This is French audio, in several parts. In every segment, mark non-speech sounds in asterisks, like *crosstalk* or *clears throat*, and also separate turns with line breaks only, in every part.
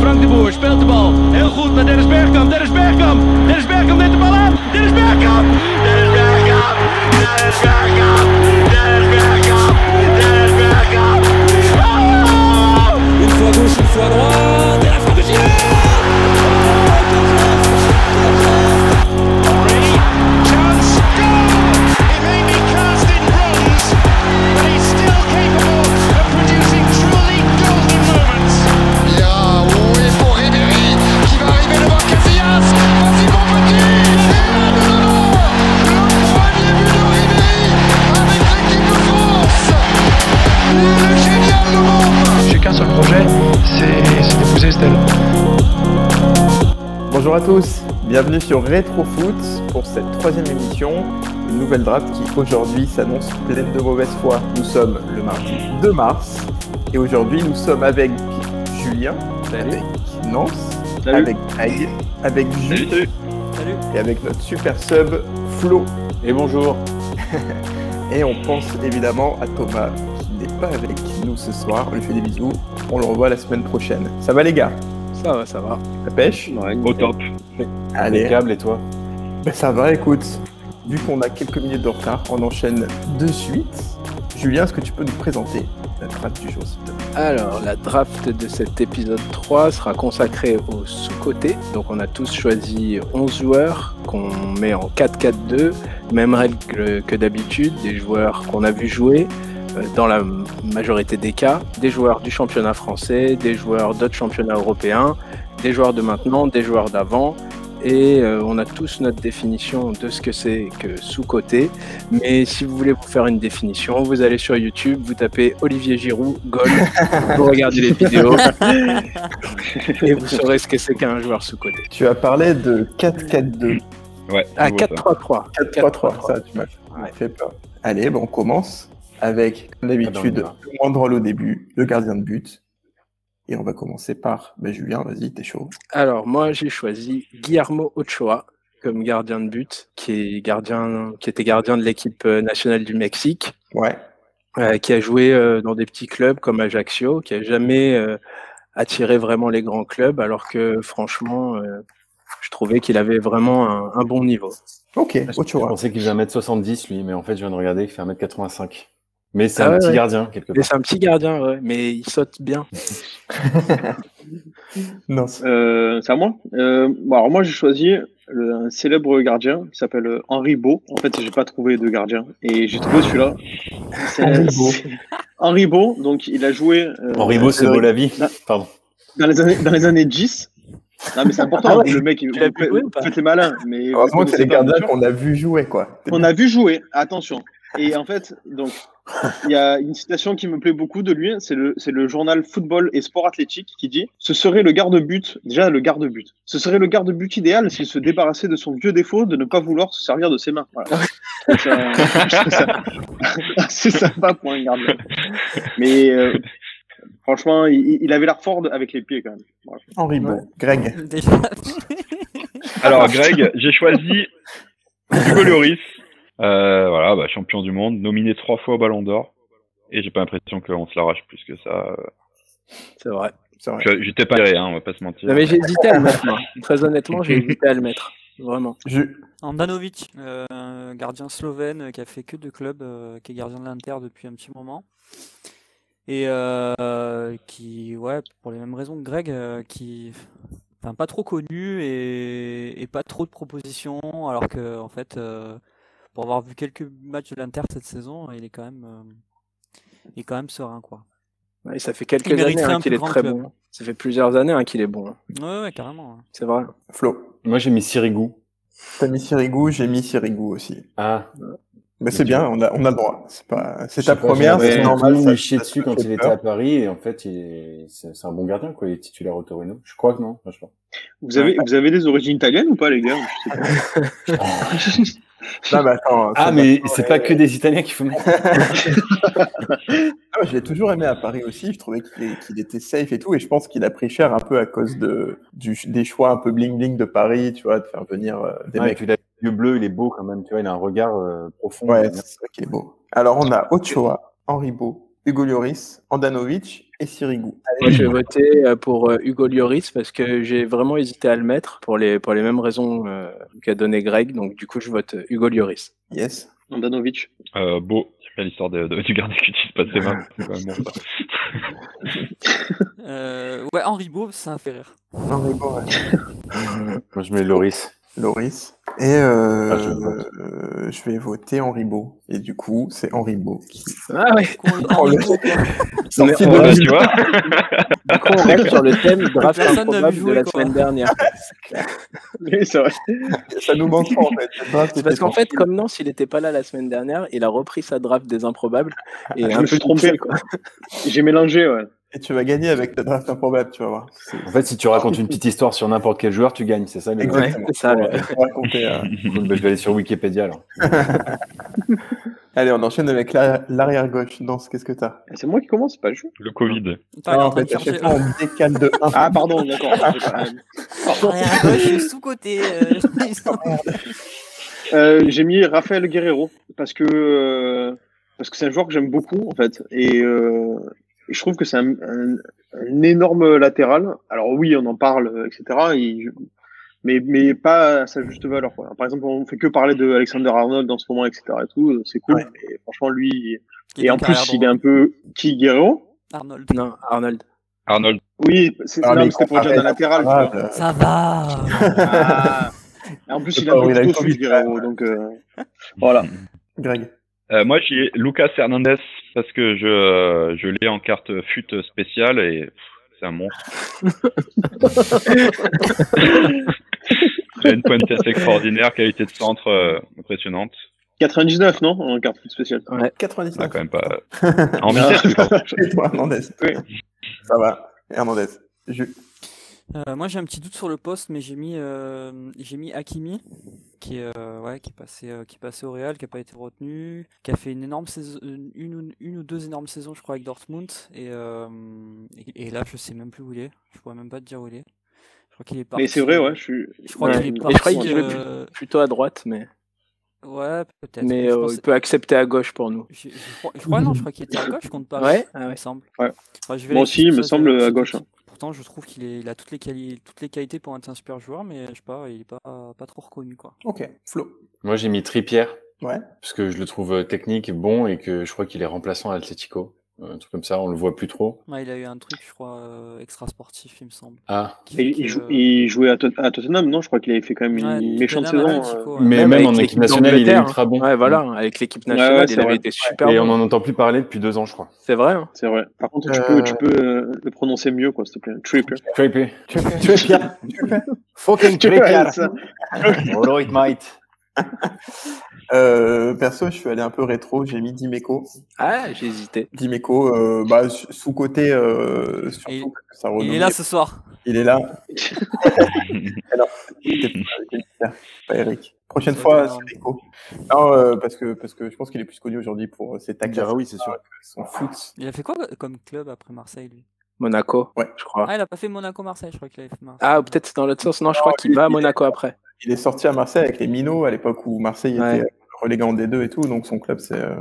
Frank de Boer speelt de bal. Heel goed naar Dennis Bergkamp. Dennis Bergkamp. Dennis Bergkamp neemt de bal aan. Dennis Bergkamp. Dennis Bergkamp. Dennis Bergkamp. Dennis Bergkamp. Dennis Bergkamp. Oh!
Une fois gauche, une fois droite, et la frappe de Giroud
Chance, goal! It may be cast in bronze, but he's still capable of producing truly golden moments.
Il y a Oué pour Ribéry qui va arriver devant Casillas. Vas-y mon petit Et là, nous allons le premier but de Ribéry avec l'équipe de France. Il est génial le monde
J'ai qu'un seul projet, c'est c'est d'épouser Estelle.
Bonjour à tous, bienvenue sur Retrofoot pour cette troisième émission, une nouvelle draft qui aujourd'hui s'annonce pleine de mauvaise foi. Nous sommes le mardi 2 mars et aujourd'hui nous sommes avec Julien, avec Nance, avec Greg, avec Jules et avec notre super sub Flo.
Et bonjour.
*laughs* Et on pense évidemment à Thomas qui n'est pas avec nous ce soir. On lui fait des bisous, on le revoit la semaine prochaine. Ça va les gars
Ça va, ça va.
La pêche
Au top.
Allez,
Impeccable, et toi
Ben, ça va, écoute. Vu qu'on a quelques minutes de retard, on enchaîne de suite. Julien, est-ce que tu peux nous présenter la trappe du jour, s'il te plaît
Alors, la draft de cet épisode 3 sera consacrée au sous-côté. Donc, on a tous choisi 11 joueurs qu'on met en 4-4-2, même règle que, que d'habitude, des joueurs qu'on a vu jouer euh, dans la majorité des cas, des joueurs du championnat français, des joueurs d'autres championnats européens, des joueurs de maintenant, des joueurs d'avant. Et euh, on a tous notre définition de ce que c'est que sous-côté. Mais si vous voulez vous faire une définition, vous allez sur YouTube, vous tapez Olivier Giroud, goal, vous regardez les vidéos *laughs* et vous saurez ce que c'est qu'un joueur sous-côté.
Tu as parlé de 4-4-2.
Ouais.
Ah, 4-3-3.
4-3-3, ça, tu m'as fait-
Ouais.
fait peur. Allez, ben, on commence avec, comme d'habitude,
Ah,
le moins drôle au début, le gardien de but. Et on va commencer par ben, Julien, vas-y, t'es chaud.
Alors, moi, j'ai choisi Guillermo Ochoa comme gardien de but, qui, est gardien, qui était gardien de l'équipe euh, nationale du Mexique.
Ouais.
euh, qui a joué euh, dans des petits clubs comme Ajaccio, qui a jamais euh, attiré vraiment les grands clubs, alors que franchement, euh, je trouvais qu'il avait vraiment un, un bon niveau.
Ok,
Je
Ochoa.
pensais qu'il faisait 1m70, lui, mais en fait, je viens de regarder, il fait 1m85. Mais c'est
Ah
un
ouais,
petit
ouais.
gardien, quelque
Mais
part.
c'est un petit gardien, ouais, mais il saute bien.
Non, c'est-
Euh, c'est à moi. Euh, bon, alors moi j'ai choisi le- un célèbre gardien qui s'appelle euh, Henri Beau. En fait, j'ai pas trouvé de gardien et j'ai trouvé celui-là. C'est-
Henri Beau.
c'est- Henri Beau. Donc il a joué euh,
Henri Beau, c'est
dans,
beau la vie.
Ah.
Pardon.
dans les années dans les années 10. Non mais c'est important.
Ah ouais.
Le mec, il,
Tu l'as vu jouer ou pas
faites les malins. Mais vous
Ah, Heureusement que c'est les
connaissez pas,
gardiens
bien sûr.
qu'on a vu jouer, quoi.
On a vu jouer, attention. Et en fait, donc, il y a une citation qui me plaît beaucoup de lui, c'est le, c'est le journal Football et Sport Athlétique qui dit Ce serait le garde-but, déjà le garde-but, ce serait le garde-but idéal s'il se débarrassait de son vieux défaut de ne pas vouloir se servir de ses mains. Voilà. Je trouve *laughs* ça- je trouve ça assez sympa pour un gardien. Mais euh, franchement, il, il avait l'air fort de- avec les pieds quand même. Voilà.
Henri Beau. Greg.
Déjà.
Alors Greg, j'ai choisi Hugo Lloris, euh, voilà, bah, champion du monde, nominé trois fois au Ballon d'Or, et j'ai pas l'impression qu'on se l'arrache plus que ça.
C'est vrai.
c'est vrai.
Je- J'étais pas tiré, hein, on va pas se mentir.
Non, mais j'ai hésité à le mettre. moi. Très
*laughs*
honnêtement, j'ai hésité à le mettre. Vraiment.
Ju-
Andanovic, euh, un gardien slovène euh, qui a fait que deux clubs, euh, qui est gardien de l'Inter depuis un petit moment. Et euh, qui, ouais, pour les mêmes raisons que Greg, euh, qui. Enfin, pas trop connu et, et pas trop de propositions, alors que, en fait, euh, pour avoir vu quelques matchs de l'Inter cette saison, il est quand même. euh, il est quand même serein, quoi.
Ouais, ça fait quelques
Il mériterait
années hein,
un
qu'il
plus
est
grand
très
club.
bon. Ça fait plusieurs années hein, qu'il est bon.
Ouais, ouais, carrément. hein.
C'est vrai.
Flo.
Moi, j'ai mis Sirigu.
T'as mis Sirigou, j'ai mis Sirigou aussi.
Ah,
Mais c'est bien, on a, on a le droit. C'est pas, c'est
je
ta
sais pas,
première,
j'avais
c'est
tout
normal.
lui
ça-
chier
ça
dessus
fait
quand il était
peur.
à Paris, et en fait, il est- c'est c'est un bon gardien, quoi. Il est titulaire au Torino. Je crois que non, franchement.
Vous, avez, vous avez des origines italiennes ou pas, les gars Je sais pas.
Non, mais attends,
Ah,
c'est
mais
pas-
c'est pas que des Italiens qu'il faut mettre.
Ah, je l'ai toujours aimé à Paris aussi. Je trouvais qu'il est- qu'il était safe et tout. Et je pense qu'il a pris cher un peu à cause de, du, des choix un peu bling-bling de Paris, tu vois, de faire venir euh, des
Ouais, et
mecs.
puis, il a les yeux bleus, il est beau quand même, tu vois. Il a un regard euh, profond.
Ouais, c'est ça qui est beau. Alors, on a Ochoa, Henri Beau, Hugo Lloris, Andanovic et Sirigu.
Moi, je vais voter euh, pour euh, Hugo Lloris parce que j'ai vraiment hésité à le mettre pour les, pour les mêmes raisons euh, qu'a donné Greg. Donc, du coup, je vote euh, Hugo Lloris.
Yes.
Andanovic.
Euh, beau. C'est bien l'histoire de- de- du gardien qui utilise pas ses mains. C'est quand même bon, ça.
Euh, ouais, Henri Beau, ça a fait rire.
Henri Beau,
Moi, je mets Loris.
Loris. Et euh,
Ah, je vote.
euh, je vais voter Henri Beau. Et du coup, c'est Henri Beau qui
Ah ouais.
prend le- *laughs* sorti de
Mais-
Bah,
Ouais,
la-
tu vois. Du coup, on reste sur le thème
*laughs*
draft Personne n'a vu improbable de jouer, la quoi. semaine dernière.
Oui, c'est vrai.
Ça nous manque pas, en fait. Le draft
C'est
était
parce qu'en fait,
tranquille.
comme Nance, il n'était pas là la semaine dernière, il a repris sa draft des improbables. Et
Ah, Je
un
me suis
peu
trompé.
triché, quoi.
J'ai mélangé, ouais.
Et tu vas gagner avec ta draft improbable, tu vas voir.
En fait, si tu
*laughs*
racontes une petite histoire sur n'importe quel joueur, tu gagnes, c'est ça le-
Exactement.
C'est ça, le-
On va raconter, euh.
Cool, bah, je vais aller sur Wikipédia alors.
Allez, on enchaîne avec la- l'arrière-gauche. Danse, qu'est-ce que t'as
Eh, C'est moi qui commence, pas le jeu.
Le Covid.
Ah, en fait, à chaque fois, on décale de 1.
*laughs* Ah, pardon, d'accord.
*laughs* Ah, Arrière-gauche, sous-côté. euh,
*laughs*
*laughs*
Euh, j'ai mis Raphaël Guerrero parce que euh, parce que c'est un joueur que j'aime beaucoup en fait et euh, je trouve que c'est un, un- un énorme latéral. Alors oui, on en parle, euh, etc. et je- mais mais pas à sa juste valeur. Quoi. Par exemple, on fait que parler de Alexander Arnold dans ce moment, etc. Et tout, c'est cool. Mais franchement, lui
est
et en
en carrière
plus, il est un peu qui Guerrero.
Arnold.
Non, Arnold.
Arnold.
Oui, c'est
Ah,
non,
mais
mais c'était pour dire
comparé
d'un
à
latéral. tu
Arnold,
vois.
euh,
Ça va.
Ah. Et en plus, il a
Oh,
un
il a
peu
le
tout suite,
Covid,
Guerrero. Donc euh, voilà.
Greg.
Euh, moi, j'ai Lucas Hernandez parce que je, euh, je l'ai en carte fut spéciale et pff, c'est un monstre. Il a une pointe assez extraordinaire, qualité de centre euh, impressionnante.
99, non En carte spéciale.
Ouais.
99.
Ah, quand
*laughs*
même pas. En vitesse, je pense.
*laughs* Et toi, Hernandez Ça va. Hernandez. Jules.
Euh, moi j'ai un petit doute sur le poste, mais j'ai mis, euh, j'ai mis Hakimi, qui est, euh, ouais, qui est passé, euh, qui est passé au Real, qui n'a pas été retenu, qui a fait une énorme saison, une, une- une ou deux énormes saisons, je crois, avec Dortmund. Et, euh, et, et là, je sais même plus où il est. Je pourrais même pas te dire où il est. Je crois qu'il est parti.
Mais c'est vrai, ouais, je suis.
Je crois
Ouais.
qu'il est
Mais je croyais
parti,
qu'il jouait plus-
euh,
plutôt à droite, mais,
Ouais, peut-être.
mais
Je
euh,
pense-
il peut accepter à gauche pour nous.
je, je crois, je crois- non, je crois qu'il était à gauche contre Paris.
Ouais, ah ouais.
il me semble.
Ouais.
Enfin, je vais
Moi
vérifier
aussi, il
tout
me
ça,
semble
je-
à gauche. hein.
Pourtant, je trouve qu'il est, il a toutes les, quali- toutes les qualités pour être un super joueur, mais je sais pas, il est pas, pas trop reconnu quoi.
Ok. Flo.
Moi, j'ai mis Tripierre
Ouais.
parce que je le trouve euh, technique, bon et que je crois qu'il est remplaçant à Atletico. Euh, Un truc comme ça, on le voit plus trop.
Ouais, il a eu un truc, je crois, euh, extra sportif, il me semble.
Ah.
Qui-
Et
qui,
il, jou-
euh,
il jouait à, Tot- à Tottenham, non Je crois qu'il avait fait quand même une
Ouais,
méchante
Tottenham,
saison.
Atlético,
euh,
ouais.
Mais même,
avec
en équipe
l'équipe
nationale, il est
d'Angleterre, hein.
ultra bon.
Ouais, voilà, avec l'équipe
ouais,
nationale,
c'est
il avait
vrai.
été super
Et
bon.
on n'en entend plus parler depuis deux ans, je crois.
C'est
*laughs*
vrai. hein.
C'est vrai. Par contre, tu
Euh,
peux, tu peux euh, le prononcer mieux, quoi, s'il te plaît.
*laughs*
Tripper.
Creepy.
Tu es Pierre. Tu es Pierre.
Fucking
Ouais, ça.
Although it might.
Euh, perso, je suis allé un peu rétro. J'ai mis Dimeco.
Ah, j'ai hésité.
Dimeco, euh, bah, sous côté, euh, surtout
Il-
parce que ça
il
renommait.
est là ce soir.
Il est là. Alors, c'était pas- pas Eric. Prochaine
C'est
fois,
énorme.
c'est Rico. Non, euh, parce que parce que je pense qu'il est plus connu aujourd'hui pour euh, ses tacles.
Garaoui, c'est
Ah
sûr.
Son foot.
Il a fait quoi euh, comme club après Marseille lui
Monaco,
Ouais.
je crois.
Ah, il a pas fait Monaco-Marseille, je crois qu'il avait fait Marseille.
Ah, ou peut-être c'est dans l'autre sens. Non, je crois
Non,
qu'il va à
il est-
Monaco après.
Il est sorti à Marseille avec les Minots à l'époque où Marseille
Ouais.
était euh, relégué en D2 et tout. Donc son club, c'est euh,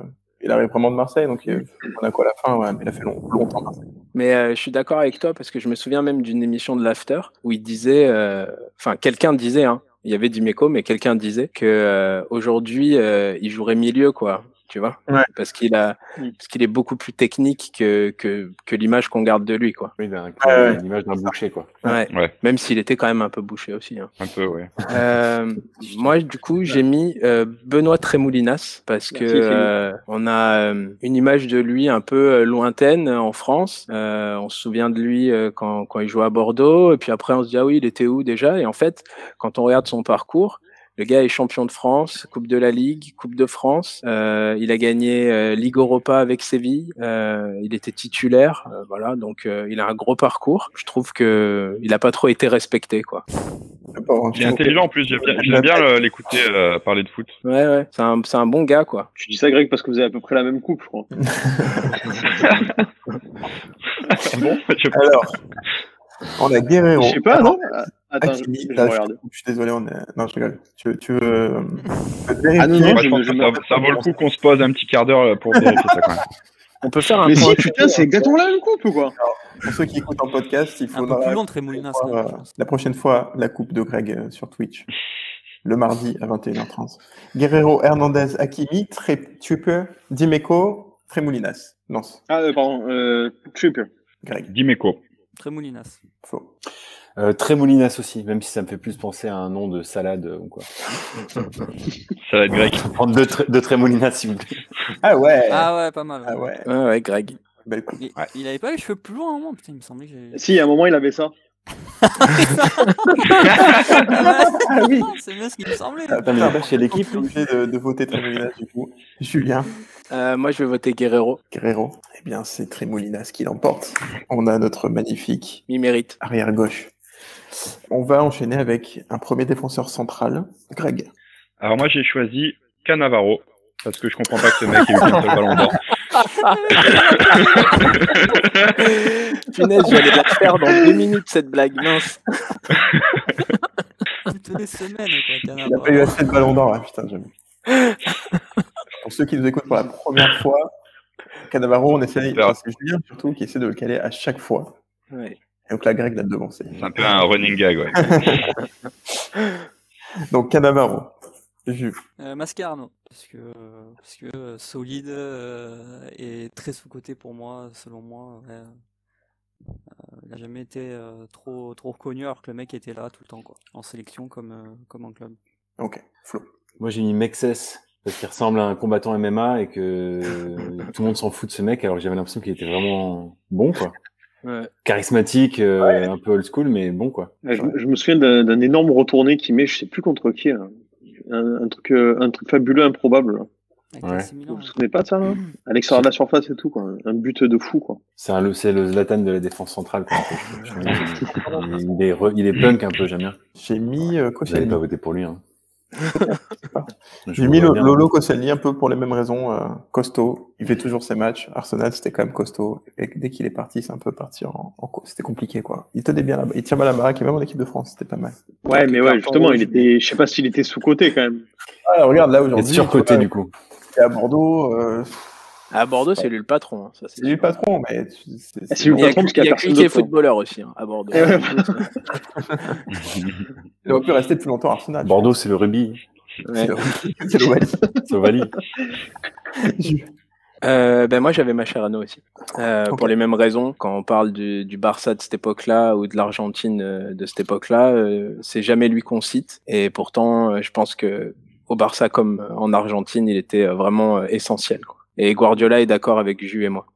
il arrive vraiment de Marseille. Donc euh, Monaco à la fin, ouais, mais il a fait long- longtemps Marseille.
Mais euh, je suis d'accord avec toi parce que je me souviens même d'une émission de l'After où il disait, euh, enfin quelqu'un disait, hein, il y avait du méco, mais quelqu'un disait que euh, aujourd'hui euh, il jouerait milieu quoi, tu vois,
Ouais.
parce qu'il a,
Mm.
parce qu'il est beaucoup plus technique que que, que l'image qu'on garde de lui quoi.
Oui, il a un-
Ouais, ouais.
l'image d'un boucher, quoi.
Ouais.
Ouais.
Même s'il était quand même un peu bouché aussi. hein.
*laughs* Un peu, ouais.
Euh, moi, du coup, j'ai mis euh, Benoît Trémoulinas parce que
Merci, Céline.
euh, on a euh, une image de lui un peu euh, lointaine euh, en France. Euh, on se souvient de lui euh, quand, quand il jouait à Bordeaux, et puis après, on se dit ah oui, il était où déjà Et en fait, quand on regarde son parcours. Le gars est champion de France, Coupe de la Ligue, Coupe de France. Euh, il a gagné euh, Ligue Europa avec Séville. Euh, il était titulaire, euh, voilà. Donc euh, il a un gros parcours. Je trouve que il a pas trop été respecté, quoi.
Le pauvre, hein.
Il est intelligent en plus, j'aime bien, j'aime bien euh, l'écouter euh, parler de foot. *laughs*
Ouais, ouais. C'est un, c'est un bon gars, quoi.
Tu dis ça, Greg, parce que vous avez à peu près la même coupe, je crois.
bon, je
Alors, on a
Je
Guerrero.
sais pas, non euh,
Ah,
Attends, je,
Hakimi,
je vais
là, je,
regarder.
je suis désolé, on est... non, je rigole. Tu veux, tu veux, euh,
Ah non, non,
Moi,
je
je pense
me-
que
je
ça,
me-
euh, ça vaut le coup qu'on se pose un petit quart d'heure là, pour vérifier ça quand même.
On peut faire un
Mais
point
si, putain, c'est exactement la même coupe ou quoi
Pour ceux qui écoutent en podcast, il faudra voir, euh, la prochaine fois la coupe de Greg euh, sur Twitch. Le mardi à 21h30. Guerrero, Hernandez, Hakimi, Tre- Tripper, Dimeco, Tremoulinas. Lance.
Ah, euh, pardon, euh, Trippier.
Greg.
Dimeco.
Tremoulinas.
Euh, Tremolinas aussi, même si ça me fait plus penser à un nom de salade euh, ou quoi.
salade grecque.
*laughs* Prendre deux, tre- deux Tremolinas, s'il vous plaît.
Ah ouais.
Ah ouais, pas mal.
Ah ouais. Bah,
Ouais, ouais, Greg.
Belle
Il, il avait pas les cheveux plus longs à un moment, putain, il me semblait que j'ai.
Si, à un moment, il avait ça.
ah
oui.
C'est bien ce qu'il me semblait.
Ah,
Putain, chez l'équipe, je suis obligé de, de voter Tremoulinas du coup. Julien.
Euh, moi, je vais voter Guerrero.
Guerrero. Eh bien, c'est Tremoulinas qui l'emporte. On a notre magnifique
Il mérite. *laughs*
arrière gauche. On va enchaîner avec un premier défenseur central, Greg.
Alors moi j'ai choisi Canavaro parce que je comprends pas que ce mec ait eu qu'un seul ballon d'or.
Punaise, j'allais la faire dans deux minutes, cette blague. Mince.
Toutes les semaines, quoi.
Il n'a pas eu assez de ballon d'or, hein, putain, j'aime. pour ceux qui nous écoutent pour la première fois, Canavaro, on essaye, enfin, c'est Julien surtout qui essaie de le caler à chaque fois.
Ouais.
Et donc la Greg l'a devancé.
C'est un peu un running gag,
*laughs*
ouais.
donc Canavaro, Ju.
Euh, Mascarano, parce que, euh, parce que euh, solide euh, et très sous-coté pour moi, selon moi. ouais. Euh, il n'a jamais été euh, trop, trop reconnu alors que le mec était là tout le temps, quoi. En sélection comme, euh, comme en club.
Ok, Flo.
Moi, j'ai mis Mexes parce qu'il ressemble à un combattant MMA et que euh, tout le monde s'en fout de ce mec alors que j'avais l'impression qu'il était vraiment bon, quoi.
Ouais.
Charismatique, euh, un peu old school, mais bon, quoi.
Ouais, Je, je me souviens d'un d'un énorme retourné qui met, je sais plus contre qui, là. Un, un truc, euh, un truc fabuleux, improbable. là.
*laughs*
Vous vous souvenez pas de ça là À l'extérieur de la surface et tout, quoi. Un but de fou, quoi.
C'est un- le, c'est le Zlatan de la défense centrale, quoi. Je- je- *laughs* je- il, est re- il est punk un peu, j'aime bien.
J'ai mis euh,
Vous n'avez
Koscielny.
pas voté pour lui, hein. Je
J'ai mis
vois
Lo-
bien.
Lolo Koscielny un peu pour les mêmes raisons. euh, costaud, il fait toujours ses matchs. Arsenal, c'était quand même costaud. Et dès qu'il est parti, c'est un peu parti en, en co- C'était compliqué, quoi. Il tenait bien la il tient mal la baraque, et même en équipe de France, c'était pas mal.
Ouais, mais ouais, justement,
rouge,
il était, je sais pas s'il était sous-côté quand *laughs* même.
Ah, regarde, là, aujourd'hui.
Et surcoté,
euh,
du coup.
c'est à Bordeaux. euh,
À Bordeaux, c'est lui le patron. hein, ça,
C'est lui le patron, mais tu-
Ah, c'est lui le
Il y a
patron,
que-
parce qu'il y a
il y a
personne
que
d'autre,
qui est
hein. footballeur aussi, hein, à *laughs* Bordeaux.
Eh ouais. Il aurait pu rester plus longtemps à Arsenal.
Bordeaux, c'est le rugby.
Ouais.
*laughs* C'est l'Ovalie.
C'est l'Ovalie.
Euh, ben moi j'avais Mascherano aussi. Euh, Pour les mêmes raisons, quand on parle du, du Barça de cette époque-là ou de l'Argentine euh, de cette époque-là, euh, c'est jamais lui qu'on cite. Et pourtant, euh, je pense que au Barça comme en Argentine, il était euh, vraiment euh, essentiel. quoi. Et Guardiola est d'accord avec Ju et moi.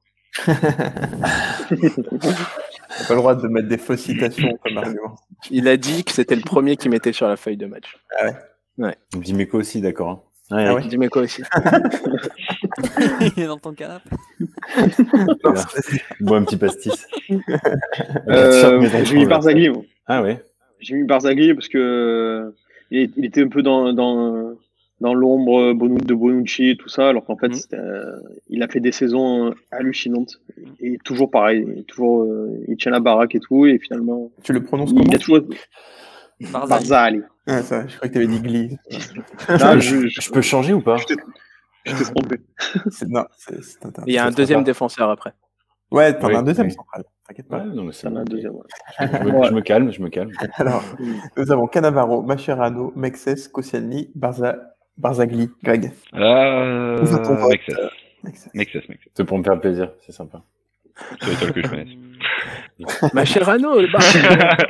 On n'a pas le droit de mettre des fausses citations comme argument.
Il a dit que c'était le premier qui mettait sur la feuille de match.
Ah ouais.
Ouais.
Dimeco aussi, d'accord. hein. *laughs*
Ah ouais. Dimeco aussi.
hein. *laughs* il est dans ton canapé.
Bois un petit *laughs* pastis.
Euh, j'ai mis Barzagli, moi.
Ah ouais.
J'ai mis Barzagli parce que euh, il, est- il était un peu dans, dans, dans l'ombre Bonu- de Bonucci et tout ça, alors qu'en fait, c'était, euh, il a fait des saisons euh, hallucinantes. Et toujours pareil, il est toujours, euh, il tient la baraque et tout, et finalement.
Tu le prononces
il
comment
a toujours...
Barzagli.
Barzagli.
Ah, ça, va, je croyais que tu avais dit Glee.
Non, je- je-
peux changer ou pas
Je t'ai trompé.
C'est- Non, c'est c'est un-
Il y a un
c'est
deuxième
pas-
défenseur après.
Ouais, t'en as un
Oui,
deuxième
oui.
central. T'inquiète
Ouais,
pas.
non, mais c'est bon.
deuxième, ouais.
Je me- je me calme, je me calme.
*laughs* Alors, nous avons Canavaro, Mascherano, Mexes, Koscielny, Barza... Barzagli, Greg.
Ah,
Ouvre ton vote.
Mexes.
Mexes.
Mexes, Mexes.
C'est pour me faire plaisir, c'est sympa.
C'est le seul que je connaisse. *laughs*
Mascherano, le Barça.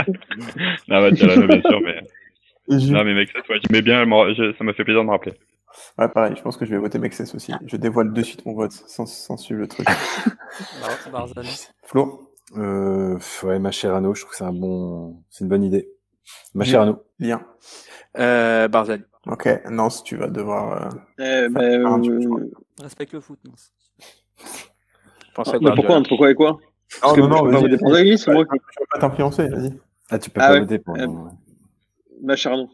Non, bah, Tirano, bien sûr, mais.
Je-
Non, mais Mexes, ouais, j'aimais bien, elle m'a- je- ça m'a fait plaisir de me rappeler.
Ouais, pareil, je pense que je vais voter Mexes aussi. Je dévoile de suite mon vote sans, sans suivre le *laughs* truc.
Bar- Barzagli.
Flo
euh, pff, Ouais, Mascherano, je trouve que c'est un bon... c'est une bonne idée. Mascherano.
Lien.
Euh, Barzagli.
Ok, Nance, tu vas devoir. euh,
Eh, ben,
Ah, tu-
euh,
Respecte le foot, non
Je pense
mais pourquoi entre quoi et quoi Parce que
non, non,
je peux pas
vas-y.
vous défendre Barzagli, c'est moi qui.
Je vais pas t'influencer, vas-y.
Ah, tu peux
Ah
pas
ouais.
voter pour. hein.
Euh, Mascherano.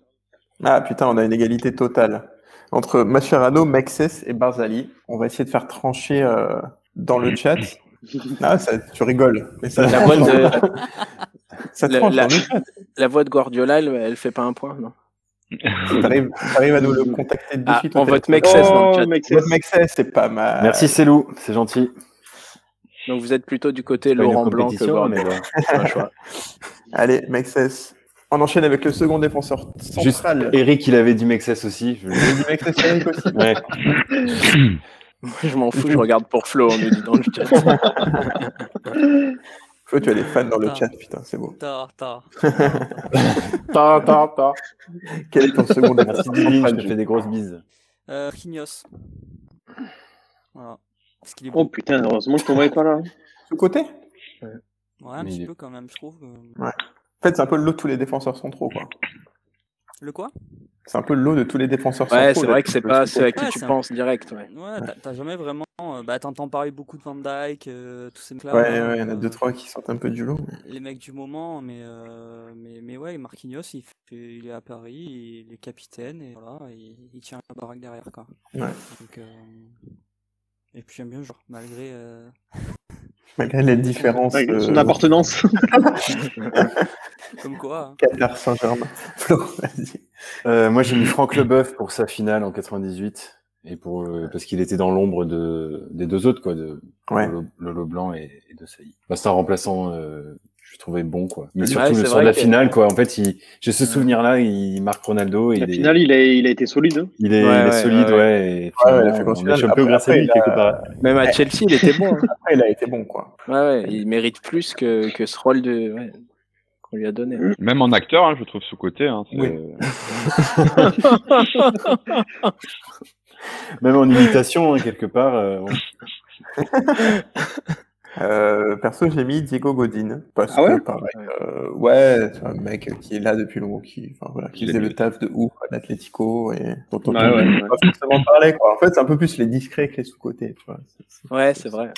Ah putain, on a une égalité totale. Entre Mascherano, Mexes et Barzali, on va essayer de faire trancher euh, dans le *laughs* chat. Ah, ça, tu rigoles. Mais ça,
La voix de,
ça
la,
tranche
la-
dans le chat.
la voix de Guardiola, elle, elle fait pas un point, non
T'arrives t'arrives à nous le contacter de
Ah,
suite.
Oh,
on vote Mexès dans le chat.
Euh,
Mexes. Vote Mexes, c'est pas mal.
Merci, Célou, c'est gentil.
Donc vous êtes plutôt du côté
pas une
Laurent Blanc que
compétition,
Bordeaux.
mais bon,
*laughs*
c'est un choix. Allez, Mexès. On enchaîne avec le second défenseur
Juste,
central.
Eric, il avait dit Mexès aussi. Je-
Il dit Mexès, c'est Eric
*laughs*
aussi.
Ouais.
Moi, *laughs* je m'en fous, je regarde pour Flo, on nous dit dans le *laughs* chat.
Flo, tu as des fans dans le
Putain.
chat, putain, c'est beau.
Tard, tard.
Ta, ta, ta. Quel est ton second
Merci
défenseur
Divine, je
central
te fais des grosses bises.
Euh, Quinhos. Voilà. Parce qu'il est
Oh putain, heureusement que ton mec est pas là.
Ce côté
Ouais, un
Mais il
petit
est-
peu quand même, je trouve. euh.
Ouais. En fait, c'est un peu le lot de tous les défenseurs centraux, quoi.
Le quoi
C'est un peu le lot de tous les défenseurs centraux.
Ouais, c'est vrai que c'est pas
c'est
ceux à qui tu penses direct. Ouais.
Ouais, t'as- t'as jamais vraiment. euh, bah, t'entends parler beaucoup de Van Dyke, euh, tous ces mecs-là.
Ouais,
euh,
ouais, il y en a deux, trois qui sortent un peu du lot. mais-
Les mecs du moment, mais, euh, mais, mais ouais, Marquinhos, il, fait- il est à Paris, il est capitaine, et voilà, il, il tient la baraque derrière, quoi.
Ouais.
Donc, euh, Et puis j'aime bien le joueur, malgré. euh,
Malgré les différences. euh,
Malgré son appartenance.
Comme quoi. hein.
Qatar Saint-Germain. *laughs* Flo, vas-y.
Euh, moi, j'ai mis Franck Leboeuf pour sa finale en 98 et pour euh, parce qu'il était dans l'ombre de des deux autres quoi, de
Ouais.
Lolo, Lolo Blanc et, et de Sailly. Bah, c'est un remplaçant, euh, je trouvais bon quoi. Mais
Ouais,
surtout
c'est
le sort
vrai
de la
que-
finale quoi. En fait, il- j'ai ce souvenir là, il marque Ronaldo et
La
il est,
finale, il a, il a été solide. hein.
il est,
Ouais,
il est
ouais,
solide ouais.
ouais, ouais.
et
Ouais, ouais,
finalement,
il a fait grosse
on
finale.
échappe un peu
Après,
grâce à lui
après,
quelque
il
part.
Même à Chelsea, il était bon. hein.
Après, il a été bon, quoi.
Ouais, *laughs* ouais, il mérite plus que, que ce rôle de, ouais, qu'on lui a donné.
Même en acteur, hein, je le trouve sous-côté. Hein, c'est-
Même en imitation hein, quelque part. euh, bon.
Euh, perso, j'ai mis Diego Godin. Parce
Ah ouais
que, pareil, euh, ouais, c'est un mec qui est là depuis longtemps, qui, enfin, voilà, qui
Il est
faisait
bien.
le taf de ouf à l'Atletico et dont on
Ah ouais,
pas forcément parler, quoi. En fait, c'est un peu plus les discrets que les sous-côtés, tu vois.
Ouais, c'est vrai.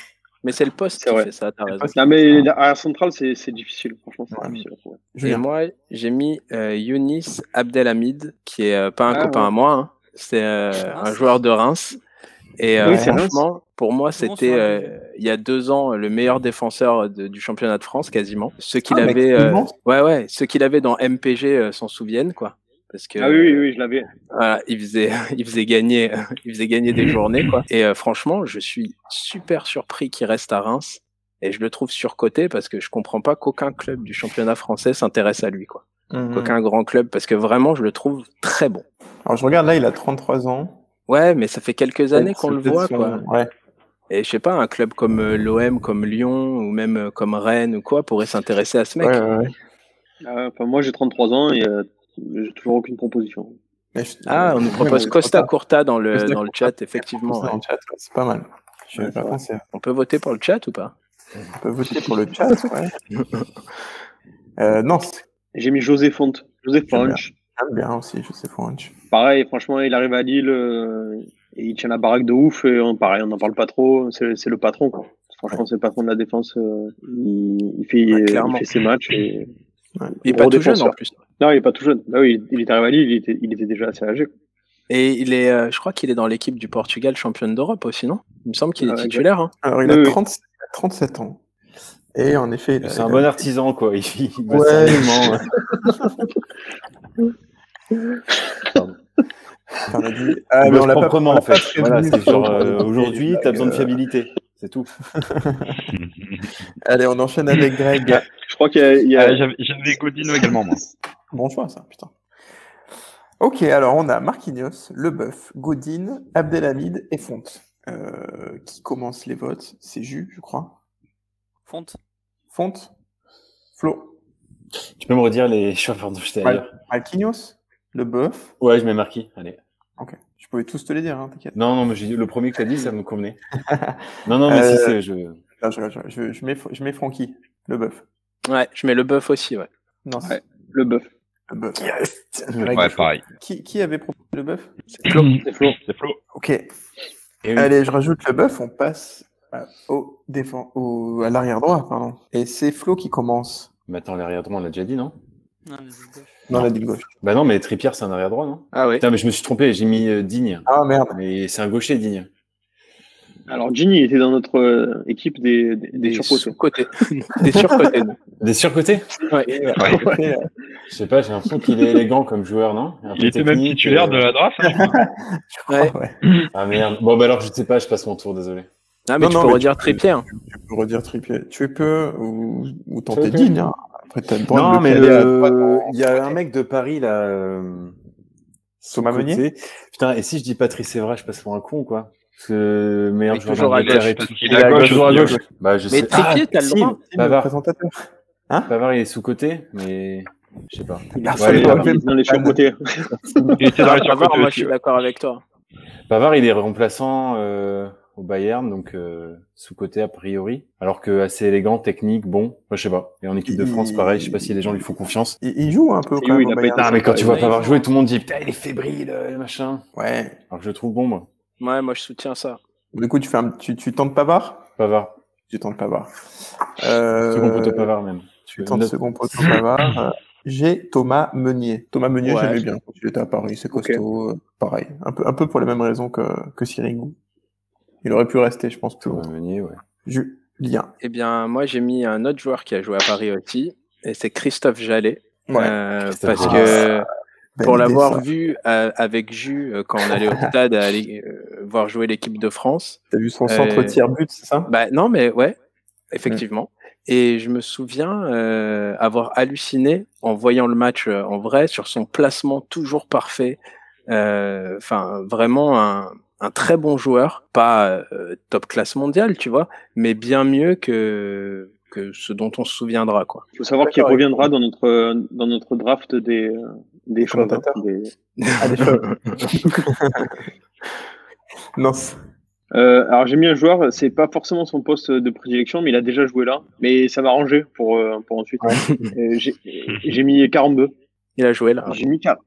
Mais c'est le poste qui fait ça, t'as raison.
Non, mais l'arrière central, c'est c'est difficile. Franchement, c'est difficile. à trouver.
Et
ah,
moi, j'ai mis euh, Younis Abdelhamid, qui est euh, pas un
Ah,
copain
ouais.
à moi, hein. c'est euh, un joueur de Reims. Et euh,
Oui, c'est
franchement,
Reims.
pour
Comment
moi,
ça,
c'était euh, il y a deux ans le meilleur défenseur de- du championnat de France quasiment. Ce qu'il
Ah, mec,
avait, euh,
immense.
ouais, ouais, ce qu'il avait dans MPG euh, s'en souviennent quoi, parce que
Ah oui, oui, oui, je l'avais.
voilà, il faisait, *laughs* il faisait gagner, *laughs* il faisait gagner des journées, quoi. Et euh, franchement, je suis super surpris qu'il reste à Reims. Et je le trouve surcoté parce que je comprends pas qu'aucun club du championnat français s'intéresse à lui, quoi.
Mhm.
Qu'aucun grand club, parce que vraiment, je le trouve très bon.
Mmh. Alors, je regarde là, il a 33 ans.
Ouais, mais ça fait quelques
Ouais,
années qu'on
c'est
le
peut-être
voit,
son-
quoi.
Ouais.
Et je sais pas, un club comme euh, l'OM, comme Lyon, ou même euh, comme Rennes, ou quoi, pourrait s'intéresser à ce mec.
Ah, Enfin, moi, j'ai 33 ans et euh, j'ai toujours aucune proposition.
Ah, on nous propose
Ouais,
Costa
Costa.
Curta dans le,
Costa
dans le chat, effectivement.
Costa dans le chat, c'est pas mal. Je vais pas penser à-
On peut voter pour le chat ou pas
On peut voter pour le chat,
*laughs*
ouais. Euh, Nantes.
J'ai mis José Font. José Fonch.
J'aime bien aussi, je sais pas. hein,
Pareil, franchement, il arrive à Lille euh, et il tient la baraque de ouf. Et on, pareil, on n'en parle pas trop. C'est c'est le patron, quoi. Franchement, c'est le patron de la défense. euh, il, il fait,
clairement.
il fait ses matchs. Et...
Il est
Gros
pas tout jeune,
défenseur.
en plus.
Non, il est pas tout jeune. Là, oui, il est arrivé à Lille, il était, il était déjà assez âgé. quoi.
Et il est, euh, je crois qu'il est dans l'équipe du Portugal championne d'Europe aussi, non Il me semble qu'il est
Ah,
titulaire. hein.
Alors, il a, 30 il a 37 ans. Et en effet, il a-
C'est
il
un
a-
bon artisan quoi. *laughs* Il, il bosse
Euh, Ouais.
sérieusement, hein.
Putain, on a dit- Ah, mais
Il bosse
on l'a pas-
proprement,
on l'a
en fait.
pas prévenu
Voilà, c'est
sur
genre,
le-
euh, aujourd'hui, t'as besoin de
Euh,
fiabilité. C'est tout.
Allez, on enchaîne avec Greg.
Je crois qu'il y a. il y a-
Ah, J'avais j'avais Godino
*laughs*
également, moi.
Bon choix, ça, putain. Ok, alors on a Marquinhos, Leboeuf, Godin, Abdelhamid et Fonte. Euh, qui commence les votes C'est Jus, je crois.
Fonte.
Fonte Flo
Tu peux me redire les choix, pardon, j'étais ailleurs.
Marquinhos Leboeuf
Ouais, je mets Marquis. Allez.
Ok. Je pouvais tous te les dire, hein, t'inquiète.
Non, non, mais j'ai dit- le premier que t'as dit, ça
*laughs*
me convenait. Non, non, mais
Euh,
si, c'est, je...
non, je, je- je- je mets, je mets Francky, Leboeuf.
Ouais, je mets le bœuf aussi, ouais.
Non, c'est-
le bœuf.
Le bœuf.
Ouais, pareil.
Qui, qui avait proposé le bœuf
C'est Flo. C'est Flo.
Ok.
Eh
Allez, je rajoute le bœuf, on passe à- au défend, au, à l'arrière droit, pardon. Et c'est Flo qui commence.
Mais attends, l'arrière droit, on l'a déjà dit, non
Non,
Non, la ligne gauche.
Bah non, mais Tripierre, c'est un arrière droit, non
Ah oui.
Putain, mais je me suis trompé, j'ai mis euh, Digne.
Ah *laughs* merde.
Mais c'est un gaucher, Digne.
Alors, Ginny était dans notre euh, équipe des, des, des
surcotés. *laughs* des surcotés.
Des surcotés
Ouais.
Ouais.
Je sais pas, j'ai l'impression qu'il est élégant comme joueur, non Un
Il
peu
était même
technique,
titulaire
euh,
*laughs*
de la draft. hein, je crois.
Ah merde. Bon, bah alors, je sais pas, je passe mon tour, désolé.
Non, mais tu peux redire Trippier. hein.
Tu, tu peux redire Trippier. Tu peux ou, ou
Tu
tenter
peux.
Digne. hein. Après, t'as le droit de
Non,
le
mais
caler à
le-
droite en-
il y a un mec de Paris, là. euh,
Thomas
côté.
Meunier
Putain, et si je dis Patrice Evra, je passe pour un con, quoi. Parce que meilleur
Mais
joueur
toujours à
d'Angleterre
gauche,
et
parce
tout.
qu'il est à gauche
toujours à
aussi,
gauche.
ouais.
Bah, je
Mais
sais.
Trippier, t'as le
si,
droit.
Bavard.
présentateur.
Bavard, il est sous-côté, mais je sais pas.
Ah,
Ouais, Bavard,
les
Il était dans les surcotés
Ah, moi, je
aussi,
suis
ouais.
d'accord avec toi.
Bavard, il est remplaçant euh, au Bayern, donc euh, sous-côté a priori. Alors que assez élégant, technique, bon, moi, je sais pas. Et en équipe de France, pareil, je sais pas si les gens lui font confiance.
Il, il joue un peu quand
Oui,
même.
il
au
a pas
Bayern.
été- Ah, mais quand tu vois Pavard jouer, tout le monde dit putain, il est fébrile, euh, machin.
Ouais.
Alors que je le trouve bon, moi.
Ouais, moi, je soutiens ça.
Du coup, tu, fais un- tu, tu tentes Pavard
Pavard.
Tu tentes Pavard. Euh,
Second poteau Pavard, même.
Tu
veux
tentes
une
second
note
poteau Pavard. Euh, J'ai Thomas Meunier. Thomas Meunier,
Ouais.
j'aimais bien quand il était à Paris. C'est costaud. euh, Pareil. Un peu, un peu pour les mêmes raisons que, que Siringou. Il aurait pu rester, je pense, plus longtemps.
Meunier, ouais.
Julien.
Eh bien, moi, j'ai mis un autre joueur qui a joué à Paris aussi, et c'est Christophe Jallet.
Ouais.
Euh,
Christophe
parce
Jallet. Ah,
que
Belle
pour
idée,
l'avoir
ça.
vu euh, avec Jus euh, quand on allait
*laughs*
au stade à aller euh, voir jouer l'équipe de France.
T'as vu son centre tiers-but, c'est ça
bah, Non, mais ouais, effectivement. Et je me souviens euh, avoir halluciné en voyant le match euh, en vrai sur son placement toujours parfait. Euh, Enfin, vraiment un, un très bon joueur, pas euh, top classe mondiale, tu vois, mais bien mieux que, que ce dont on se souviendra, quoi.
Il faut savoir qu'il reviendra dans notre, euh, dans notre draft des, euh, des choses.
Commentateurs.
*laughs* non. c'est-
Euh, alors j'ai mis un joueur, c'est pas forcément son poste de prédilection, mais il a déjà joué là. Mais ça m'a arrangé pour, euh, pour ensuite. *laughs* Euh, j'ai- j'ai mis 42.
Il a joué
Ah.
là.
J'ai mis 4.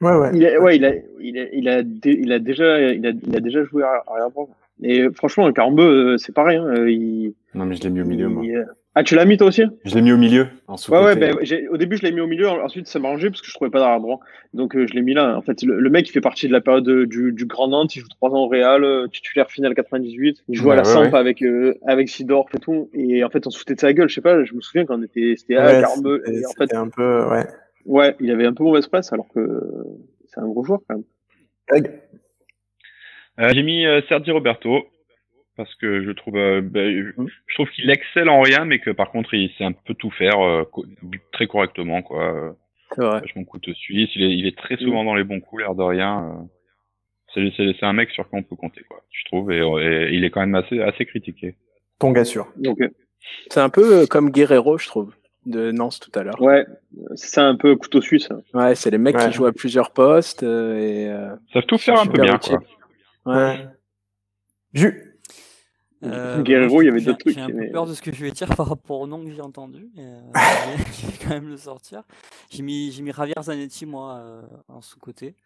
Ouais, ouais.
Il a, ouais, il a, il a, il a, dé- il a déjà, il a, il a déjà joué à arrière-plan. Et franchement, un 42, euh, c'est pareil. Hein, euh, il,
Non, mais je l'ai mis au milieu, moi.
il, euh, Ah, tu l'as mis toi aussi
Je l'ai mis au milieu, en
Ouais,
sous-côté.
ouais, ben, j'ai- au début, je l'ai mis au milieu, ensuite, ça m'a arrangé parce que je trouvais pas d'arrière droit. Donc, euh, je l'ai mis là. En fait, le, le mec, il fait partie de la période euh, du, du Grand Nantes, il joue 3 ans au Real, euh, titulaire final 98, il joue à
Ouais,
la
ouais,
Samp
ouais.
avec, euh, avec Sidorf et tout. Et en fait, on se foutait de sa gueule, je sais pas, je me souviens quand on était, c'était à
Ouais,
Carmeux,
c'était-
et en fait,
un peu, ouais.
ouais, il avait un peu mauvaise presse alors que euh, c'est un gros joueur quand même.
Euh, j'ai mis euh, Sergi Roberto parce que je trouve, euh, ben,
Hmm.
je- je trouve qu'il excelle en rien, mais que par contre il sait un peu tout faire euh, co- très correctement quoi. Euh,
C'est vrai.
Vachement couteau suisse, il est, il est très souvent dans les bons coups, l'air de rien. euh. C'est, c'est- c'est un mec sur qui on peut compter quoi, je trouve, et, et il est quand même assez, assez critiqué.
Tonga sûr.
C'est un peu euh, comme Guerrero, je trouve, de Nance tout à l'heure.
Ouais, c'est un peu couteau suisse. hein.
Ouais, c'est les mecs
Ouais.
qui jouent à plusieurs postes euh, et. euh,
Savent tout
ils
faire
sont
un peu
super
bien,
utiles. Ouais.
Jus.
Euh,
Guerrero,
moi,
il y avait
j'ai-
d'autres trucs,
J'ai un peu
mais-
peur de ce que je vais dire *laughs* par rapport au nom que j'ai entendu,
*laughs*
mais euh, je vais quand même le sortir. J'ai mis, j'ai mis Javier Zanetti, moi, euh, en sous-côté.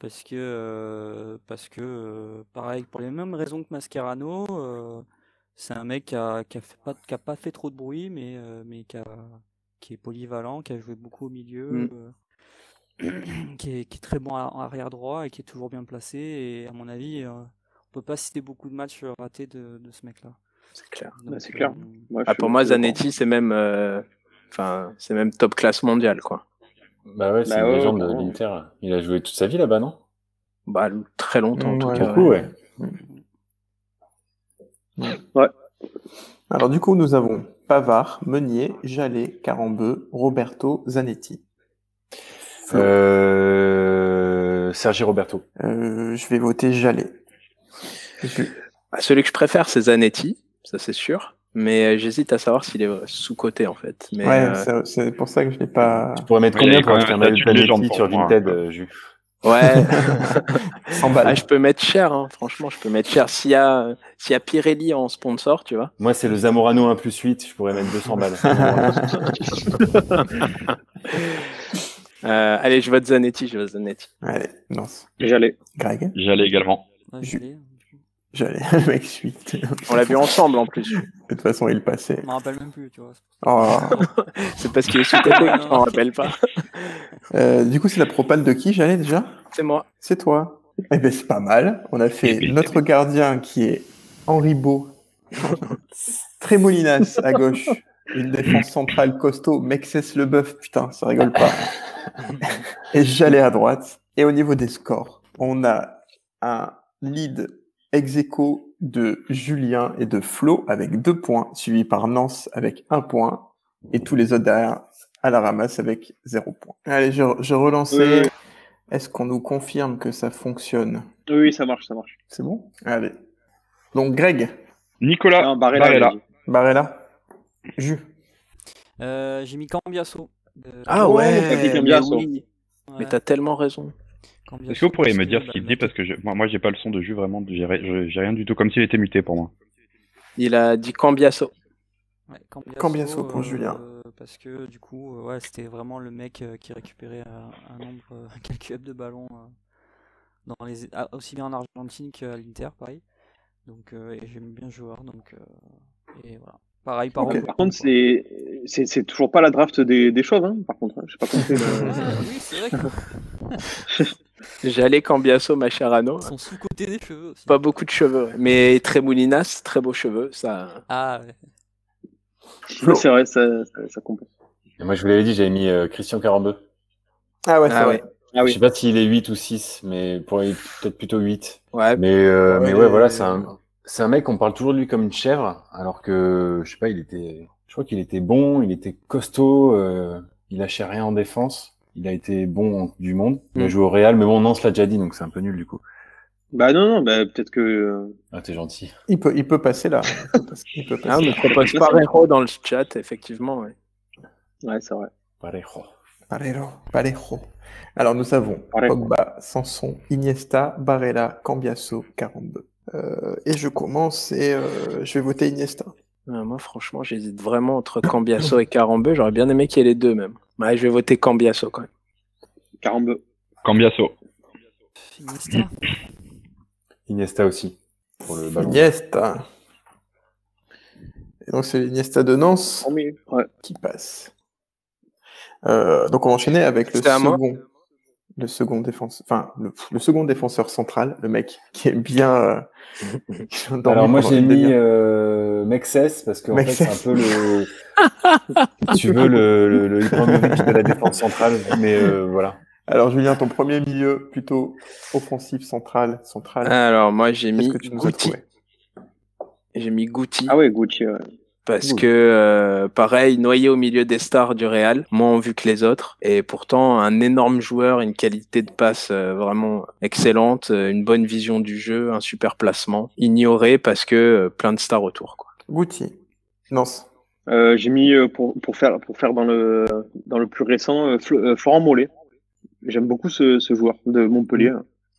Parce que, euh, parce que euh, pareil, pour les mêmes raisons que Mascherano, euh, c'est un mec qui a, qui, a fait pas, qui a pas fait trop de bruit, mais, euh, mais qui, a- qui est polyvalent, qui a joué beaucoup au milieu.
Mm.
euh, *clears throat* qui est, qui est très bon en arrière droit et qui est toujours bien placé. Et à mon avis, euh, on peut pas citer beaucoup de matchs euh, ratés de, de ce mec-là.
C'est clair.
Donc,
c'est clair.
euh,
Moi, je
Ah,
suis-
pour moi,
je suis
Zanetti, c'est même, euh, enfin, c'est même top classe mondiale, quoi.
Bah ouais, c'est
Bah
une
ouais,
légende de
clairement.
l'Inter. Il a joué toute sa vie là-bas, non
Bah, très longtemps, en tout
ouais.
cas.
Beaucoup, ouais.
Ouais.
Alors du coup, nous avons Pavard, Meunier, Jallet, Carambeu, Roberto, Zanetti.
Euh... Sergi Roberto.
Euh, je vais voter Jallet.
Ah, celui que je préfère, c'est Zanetti, ça c'est sûr. Mais euh, j'hésite à savoir s'il est euh, sous-coté, en fait. Mais,
ouais,
euh,
c'est- c'est pour ça que je l'ai pas. Tu
pourrais mettre
combien pour
acheter un maillot de Zanetti sur Vinted, euh, Jus
Ouais. *laughs*
100 balles.
Ah, je peux mettre cher, hein. franchement, je peux mettre cher. S'il y, a, euh, s'il y a Pirelli en sponsor, tu vois.
Moi, c'est le Zamorano 1 plus 8, je pourrais mettre 200 *laughs* balles.
Euh, allez, je vote Zanetti, je vote Zanetti.
Allez, non.
*laughs* J'allais.
Greg.
J'allais également.
hein.
J'allais, *laughs* le mec suite.
On l'a vu ensemble en plus.
De toute façon, il passait.
Je m'en rappelle même plus, tu vois.
Oh.
*laughs* c'est parce qu'il est *laughs* sous-coté que je m'en rappelle pas.
Euh, du coup, c'est la propale de qui, Jallet déjà
C'est moi.
C'est toi. Eh ben, c'est pas mal. On a
Eh
fait
ben,
notre gardien qui est Henri
*laughs*
Beau. Trémolinas à gauche. Une défense centrale costaud. Mexès Leboeuf. Putain, ça rigole
*laughs*
pas. Et Jallet à droite. Et au niveau des scores, on a un lead ex aequo de Julien et de Flo avec deux points, suivi par Nance avec un point, et tous les autres derrière à la ramasse avec zéro point. Allez, je, je relançais.
Oui.
Est-ce qu'on nous confirme que ça fonctionne
Oui, oui, ça marche, ça marche.
C'est bon Allez. Donc, Greg.
Nicolas.
Barella, Barella. il a dit.
Barella. Jus.
Euh, j'ai mis Cambiasso. de-
Ah ouais, mais, oui.
Ouais.
mais t'as tellement raison.
Est-ce que vous pourriez me dire
bah,
ce qu'il dit parce que je- moi, moi j'ai pas le son de jus vraiment, j'ai ri- je- j'ai rien du tout, comme s'il était muté pour moi.
Il a dit Cambiasso.
Ouais, Cambiasso,
Cambiasso pour
euh,
Julien.
Parce que du coup, euh, ouais, c'était vraiment le mec euh, qui récupérait euh, un nombre euh, *laughs* incalculable de ballons euh, dans les, ah, aussi bien en Argentine qu'à l'Inter, pareil. Donc, euh, et j'aime bien ce joueur, donc euh, et voilà. Pareil, par
Par
contre,
contre, c'est c'est- c'est toujours pas la draft des, des choses, hein, par contre. hein. Je sais pas comment c'est.
*laughs* *laughs* oui, c'est vrai
J'allais Cambiasso, ma chère Anno.
Son sous-côté des cheveux aussi.
Pas beaucoup de cheveux, mais très moulinas, très beaux cheveux, ça.
Ah, ouais.
Ouais, C'est vrai, ça, ça, ça compense.
Et moi, je vous l'avais dit, j'avais mis euh, Christian 42.
Ah ouais,
c'est
Ah vrai. ouais.
Je sais pas s'il est 8 ou 6, mais pour peut-être plutôt 8.
Ouais.
Mais, euh, mais
Ouais.
ouais, voilà, c'est un, c'est un mec, on parle toujours de lui comme une chèvre, alors que, je sais pas, il était, je crois qu'il était bon, il était costaud, euh, il lâchait rien en défense, il a été bon en Coupe du monde, il a
Mm.
joué au Real, mais bon, non, l'a déjà dit, donc c'est un peu nul du coup.
Bah non, non, bah, peut-être que.
Ah, t'es gentil.
Il peut, il peut passer là. Il peut
Ah, on
passer.
ne propose pas Rejo dans le chat, effectivement. Ouais,
ouais c'est vrai.
Parejo.
Parejo. Parejo. Alors nous avons
Parejo.
Pogba, Sanson, Iniesta, Barella, Cambiasso, 42. Euh, et je commence et euh, je vais voter Iniesta.
Euh, moi, franchement, j'hésite vraiment entre Cambiasso et Carambeu. J'aurais bien aimé qu'il y ait les deux, même. Ouais, je vais voter Cambiasso quand même.
Carambeu.
Cambiasso.
Iniesta.
Iniesta aussi, pour le ballon.
Iniesta. Et donc c'est Iniesta de Nance
En milieu. Ouais.
qui passe. Euh, donc on va enchaîner avec le
C'est à moi
second, le second défenseur, enfin le, le second défenseur central, le mec qui est bien. euh, qui a dormi
Alors moi,
pendant
j'ai
une
mis,
demi-heure.
euh, Mexès, parce qu'en fait, c'est
Mexès.
un peu le, tu veux le, le, le Ibrahimovic de la défense centrale, mais euh, voilà.
Alors Julien, ton premier milieu plutôt offensif central, central.
Alors, moi, j'ai
Qu'est-ce
mis
que tu nous as
Guti.
trouvé
J'ai mis Guti.
Ah ouais, Gucci. Ouais.
Parce
Cool.
que, euh, pareil, noyé au milieu des stars du Real, moins vu que les autres, et pourtant un énorme joueur, une qualité de passe euh, vraiment excellente, euh, une bonne vision du jeu, un super placement, ignoré parce que euh, plein de stars autour. Quoi.
Guti. Nance.
Euh, J'ai mis euh, pour, pour faire pour faire dans le dans le plus récent euh, Flo- euh, Florent Mollet. J'aime beaucoup ce, ce joueur de Montpellier.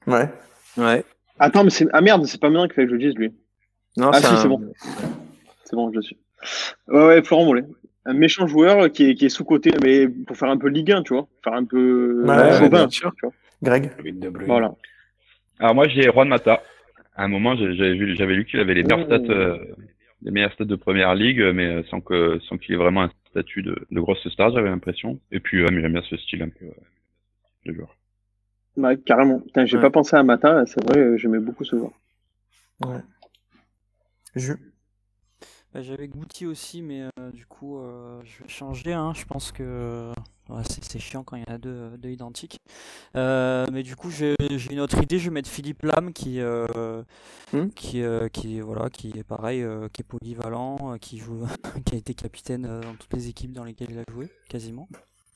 Ouais.
Ouais.
Attends, mais c'est ah merde, c'est pas maintenant qu'il fallait que je le dise lui.
Non,
Ah, si,
un-
c'est bon. C'est bon, je le suis. Ouais, ouais, Florent Mollet. Un méchant joueur qui est, qui est sous-côté, mais pour faire un peu Ligue 1, tu vois. Faire un peu
Ouais,
euh,
ouais,
chauvin,
bien sûr.
tu vois.
Greg.
Voilà.
Alors moi j'ai Juan Mata. À un moment j'ai- j'avais vu, j'avais lu qu'il avait les meilleures
Ouh.
stats, euh, les meilleures stats de première ligue, mais euh, sans que, sans qu'il ait vraiment un statut de, de grosse star, j'avais l'impression. Et puis euh, mais j'aime bien ce style un peu euh, de joueur.
Ouais, carrément. Putain, j'ai
Ouais.
pas pensé à Matin, c'est vrai, euh, j'aimais beaucoup ce joueur.
Ju.
Bah, j'avais Guti aussi, mais euh, du coup, euh, je vais changer. hein. Je pense que ouais, c'est c'est chiant quand il y en a deux, euh, deux identiques. Euh, mais du coup, j'ai j'ai une autre idée. Je vais mettre Philippe Lam, qui, euh,
Hmm.
qui, euh, qui, voilà, qui est pareil, euh, qui est polyvalent, euh, qui joue, *laughs* qui a été capitaine euh, dans toutes les équipes dans lesquelles il a joué, quasiment.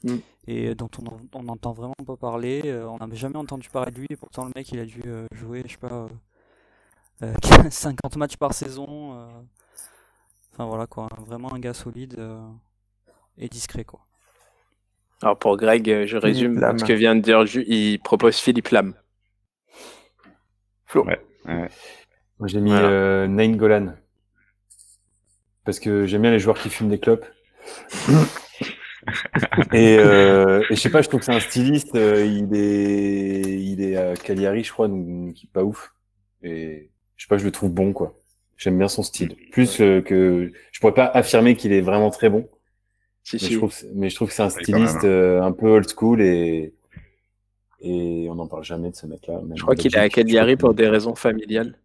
Hmm.
Et euh, dont on en- on n'entend vraiment pas parler. euh, on n'a jamais entendu parler de lui. Et pourtant, le mec, il a dû euh, jouer, je sais pas, euh, euh, *laughs* 50 matchs par saison. euh, Enfin voilà quoi, un- vraiment un gars solide euh, et discret quoi.
Alors pour Greg, euh, je résume
Lam.
ce que vient de dire Ju, il propose Philippe Lam.
Moi, j'ai mis
Voilà.
euh, Nain Golan. Parce que j'aime bien les joueurs qui fument des
*laughs*
clopes. et, euh, et je sais pas, je trouve que c'est un styliste. euh, il est, il est à Cagliari, je crois, donc une équipe pas ouf. Et je sais pas, je le trouve bon, quoi. J'aime bien son style. Plus euh, que je pourrais pas affirmer qu'il est vraiment très bon,
Si,
mais
si.
je trouve, que c'est- mais je trouve que c'est un
Oui, quand même,
styliste euh, un peu old school et et on n'en parle jamais de ce mec-là. même
Je crois
en
qu'il est à
Belgique, je
Cagliari
crois
pour
qu'il-
des raisons familiales.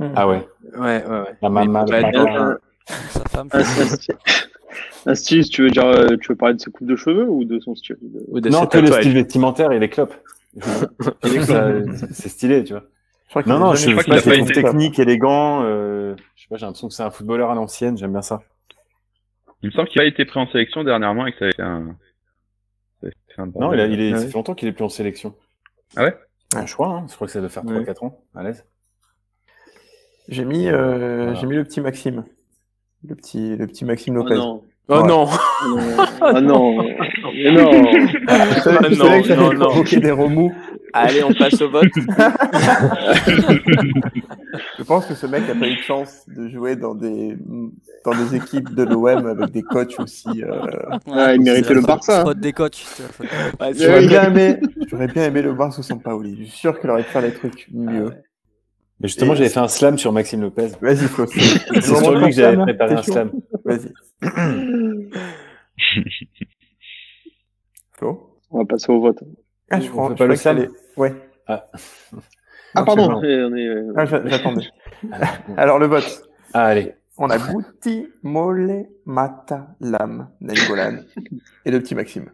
Ah ouais. Ah,
Ouais, ouais, ouais.
La
Mais il
maman,
peut
le
Ah.
pas
papa.
dire-
Un,
Sa femme
euh, un- un
fait-
style- *laughs* un style, tu veux dire, euh, tu veux parler de ses coupes de cheveux ou de son style de-
ou de
non,
ses
que le
tatouages.
style vestimentaire et les clopes. Je trouve ça- c'est stylé, tu vois.
crois qu'il
Non,
a
non,
jamais
je,
joué.
je
Je crois
sais pas,
qu'il a
il
pas
est
été-
technique, élégant. euh, je sais pas, j'ai l'impression que c'est un footballeur à l'ancienne, j'aime bien ça.
Il me semble qu'il a été pris en sélection dernièrement et que ça a été un. ça a été un
Non, il,
bordel.
a- il est, ça
Ah Ouais.
fait longtemps qu'il est plus en sélection.
Ah ouais
Je crois, hein, je crois que ça doit faire 3-4 ans, à l'aise.
J'ai mis, euh,
Voilà.
j'ai mis le petit Maxime. Le petit, le petit Maxime
Oh
Lopez.
non.
Ouais.
Ah
*laughs*
non. Mais non.
Ah,
Je savais-
Ah
je
non,
savais que ça
non,
allait
non.
provoquer des remous.
Allez, on passe au vote.
Je pense que ce mec a pas eu de chance de jouer dans des, dans des équipes de l'OM avec des coachs aussi. euh,
Ah, il méritait le Barça, hein.
Faute des coachs.
*laughs* J'aurais bien aimé, j'aurais bien aimé le voir sous son Paoli. Je suis sûr qu'il aurait pu faire les trucs mieux.
Mais justement,
Et-
j'avais fait un slam sur Maxime Lopez.
Vas-y, Flo.
C'est sur lui que j'avais
hein,
préparé un slam.
Vas-y. Flo
On va passer au vote.
Ah, je
On
crois
fait
je
pas
crois
le
que
slam
c'est les- Ouais.
Ah,
Ah,
Donc, c'est
pardon.
bon.
Eh, on est, euh,
Ah, j'a-
*laughs*
J'attendais. Alors, le vote.
Ah, allez.
On a Guti, Mole, Mata, Lam, Nainggolan et le petit Maxime.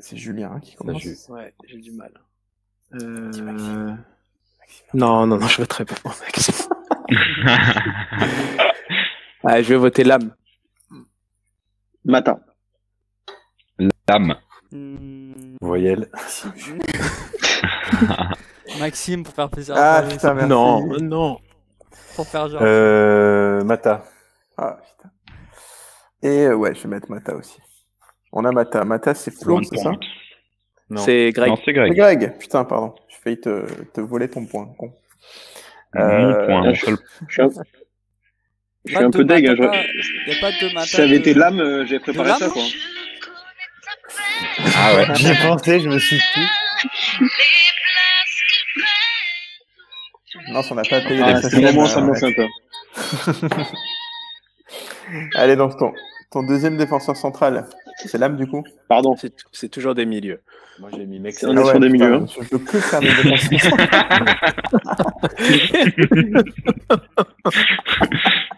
C'est Julien hein, qui commence.
Salut.
Ouais, j'ai du mal. Euh... Non, non, non, je voterai pas pour Maxime. *laughs* ah, je vais voter l'âme.
Matin.
L'âme.
Hmm,
Voyelle.
Maxime pour faire plaisir. à
Ah
Fabien,
putain, merci.
Non, non.
Pour faire genre.
Euh, Mata.
Ah putain. Et euh, ouais, je vais mettre Mata aussi. On a Mata. Mata, c'est Flo,
One
c'est ça
point.
Non.
C'est Greg.
Non, c'est Greg.
C'est Greg. Putain, pardon. Je failli te, te voler ton point, con. Euh,
Mon point. mon
je-
seul-
Je suis un, je suis
Pas
un
de
peu deg. hein,
Mata,
je-
y a pas de Mata
Si ça avait
de-
été l'âme, euh, j'avais préparé
l'âme
ça, quoi.
Ah ouais. J'y ai pensé, je me suis dit.
Non, on n'a pas payé
Ah,
la
c'est
semaine,
le moment,
euh,
ça monte un hein. peu.
Allez, donc ton, ton deuxième défenseur central, c'est l'âme du coup
Pardon.
*laughs* C'est- C'est toujours des milieux.
Moi, j'ai mis mec.
On est
Ah ouais,
sur des
putain,
milieux. hein.
Je veux que faire des défenseurs centrales.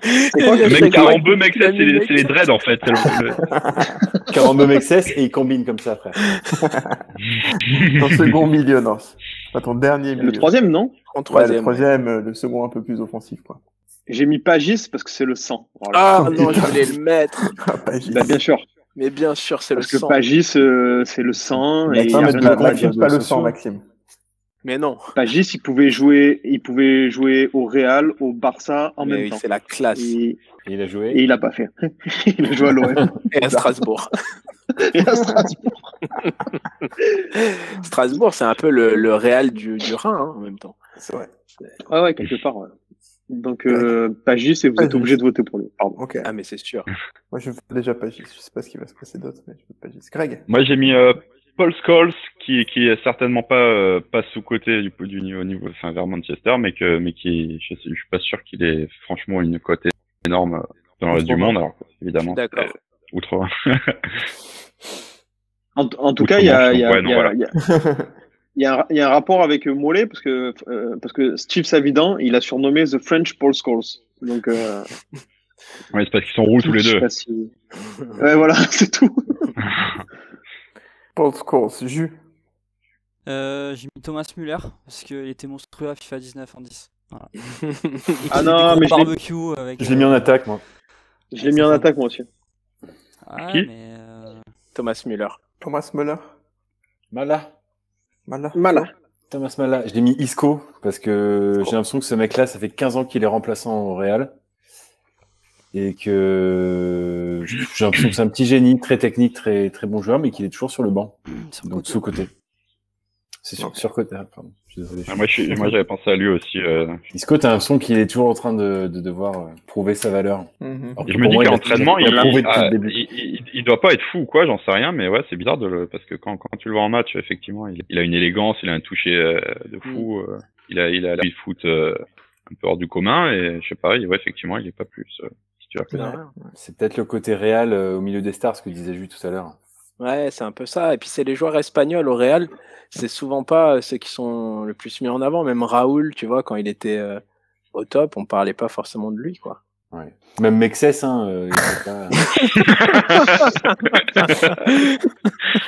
Mec, 42 mec, ça, c'est les, c'est les dreads en fait. c'est le- le-
42 Mexes et il combine comme ça, frère.
Ton second milieu, non. Pas ton dernier milieu.
Le troisième, non
Ouais,
En
le
troisième.
troisième, euh, le second un peu plus offensif, quoi.
J'ai mis Pagis parce que c'est le sang. Voilà.
Ah non, je voulais le mettre.
Ah, pas juste.
Bah, bien sûr.
Mais bien sûr, c'est le
Parce que
sang.
Pagis, euh, c'est le sang. Et
Maxime,
y a
mais
rien
tu
à
ne
dire.
confonds pas le sang, Maxime.
Mais non.
Pagis, il pouvait jouer, il pouvait jouer au Real, au Barça en
Mais
même
oui,
temps.
c'est la classe.
Et,
Et il a
et
joué.
il a pas fait. *laughs* il a joué à
*laughs*
l'OM.
Et à Strasbourg.
Et à Strasbourg.
Strasbourg, c'est un peu le, le Real du, du Rhin hein, en même temps.
C'est vrai.
ouais, ouais, quelque part. ouais. Donc euh, Pagis, et vous êtes
Pagis.
obligé de voter pour lui. Pardon.
Ok.
Ah mais c'est sûr.
Moi, je veux déjà pas juste. Je sais pas ce qui va se passer d'autre, mais je veux pas juste. Greg.
Moi, j'ai mis euh, Paul Scholes, qui, qui est certainement pas, euh, pas sous-côté du, du niveau, niveau, enfin, vers Manchester, mais que, mais qui, je, sais- je suis pas sûr qu'il ait franchement une cote énorme euh, dans le reste du monde, alors évidemment,
D'accord.
euh, outre. *laughs*
En, en tout
Outre
cas, il y a,
Manche,
il y a-
ouais,
il
non,
y a-
voilà.
il y a- il y a un- il y a un rapport avec euh, Mollet parce que euh, parce que Steve Savidan, il a surnommé The French Paul Scholes. Donc euh,
Ouais, c'est parce qu'ils sont roux tous les
je sais
deux.
pas si- Ouais, voilà, *laughs* c'est tout.
Paul Scholes, Jus.
Euh, J'ai mis Thomas Muller parce qu'il était monstrueux à FIFA 19 en 10. Voilà. Et qu'il
Ah
fait
non,
des
mais
gros
je l'ai-
barbecue avec. euh,
Je l'ai mis en attaque, moi.
Je l'ai mis en attaque moi aussi.
Ah,
Qui
mais. euh,
Thomas Müller.
Thomas Muller.
Mala.
Mala.
Malin.
Thomas Mala. Je l'ai mis Isco, parce que
Oh.
j'ai l'impression que ce mec-là, ça fait 15 ans qu'il est remplaçant au Real. Et que j'ai l'impression que c'est un petit génie, très technique, très, très bon joueur, mais qu'il est toujours sur le banc.
sur
Donc,
côté.
sous-côté. C'est sur, sur-côté. ah, pardon. Je suis désolé.
Ah, moi, je suis- moi, j'avais pensé à lui aussi. euh.
Isco, t'as l'impression qu'il est toujours en train de, de devoir euh, prouver sa valeur.
Mhm.
Alors que
Je me
pour
dis
moi,
qu'à
il a-
l'entraînement,
il
il,
a prouvé depuis
ah,
le début.
il- il- il doit pas être fou ou quoi, j'en sais rien, mais ouais, c'est bizarre de le, parce que quand, quand tu le vois en match, effectivement, il, il a une élégance, il a un toucher euh, de
Mm.
fou, euh, il a, il a la foot euh, un peu hors du commun, et je sais pas, il- ouais, effectivement, il est pas plus euh, titulaire que ça.
C'est peut-être le côté réel euh, au milieu des stars, ce que disait Jules tout à l'heure.
Ouais, c'est un peu ça. Et puis c'est les joueurs espagnols au Real, c'est souvent pas euh, ceux qui sont le plus mis en avant. Même Raoul, tu vois, quand il était euh, au top, on parlait pas forcément de lui, quoi.
Ouais. Même Mexès, hein. euh, il fait
*laughs*
pas-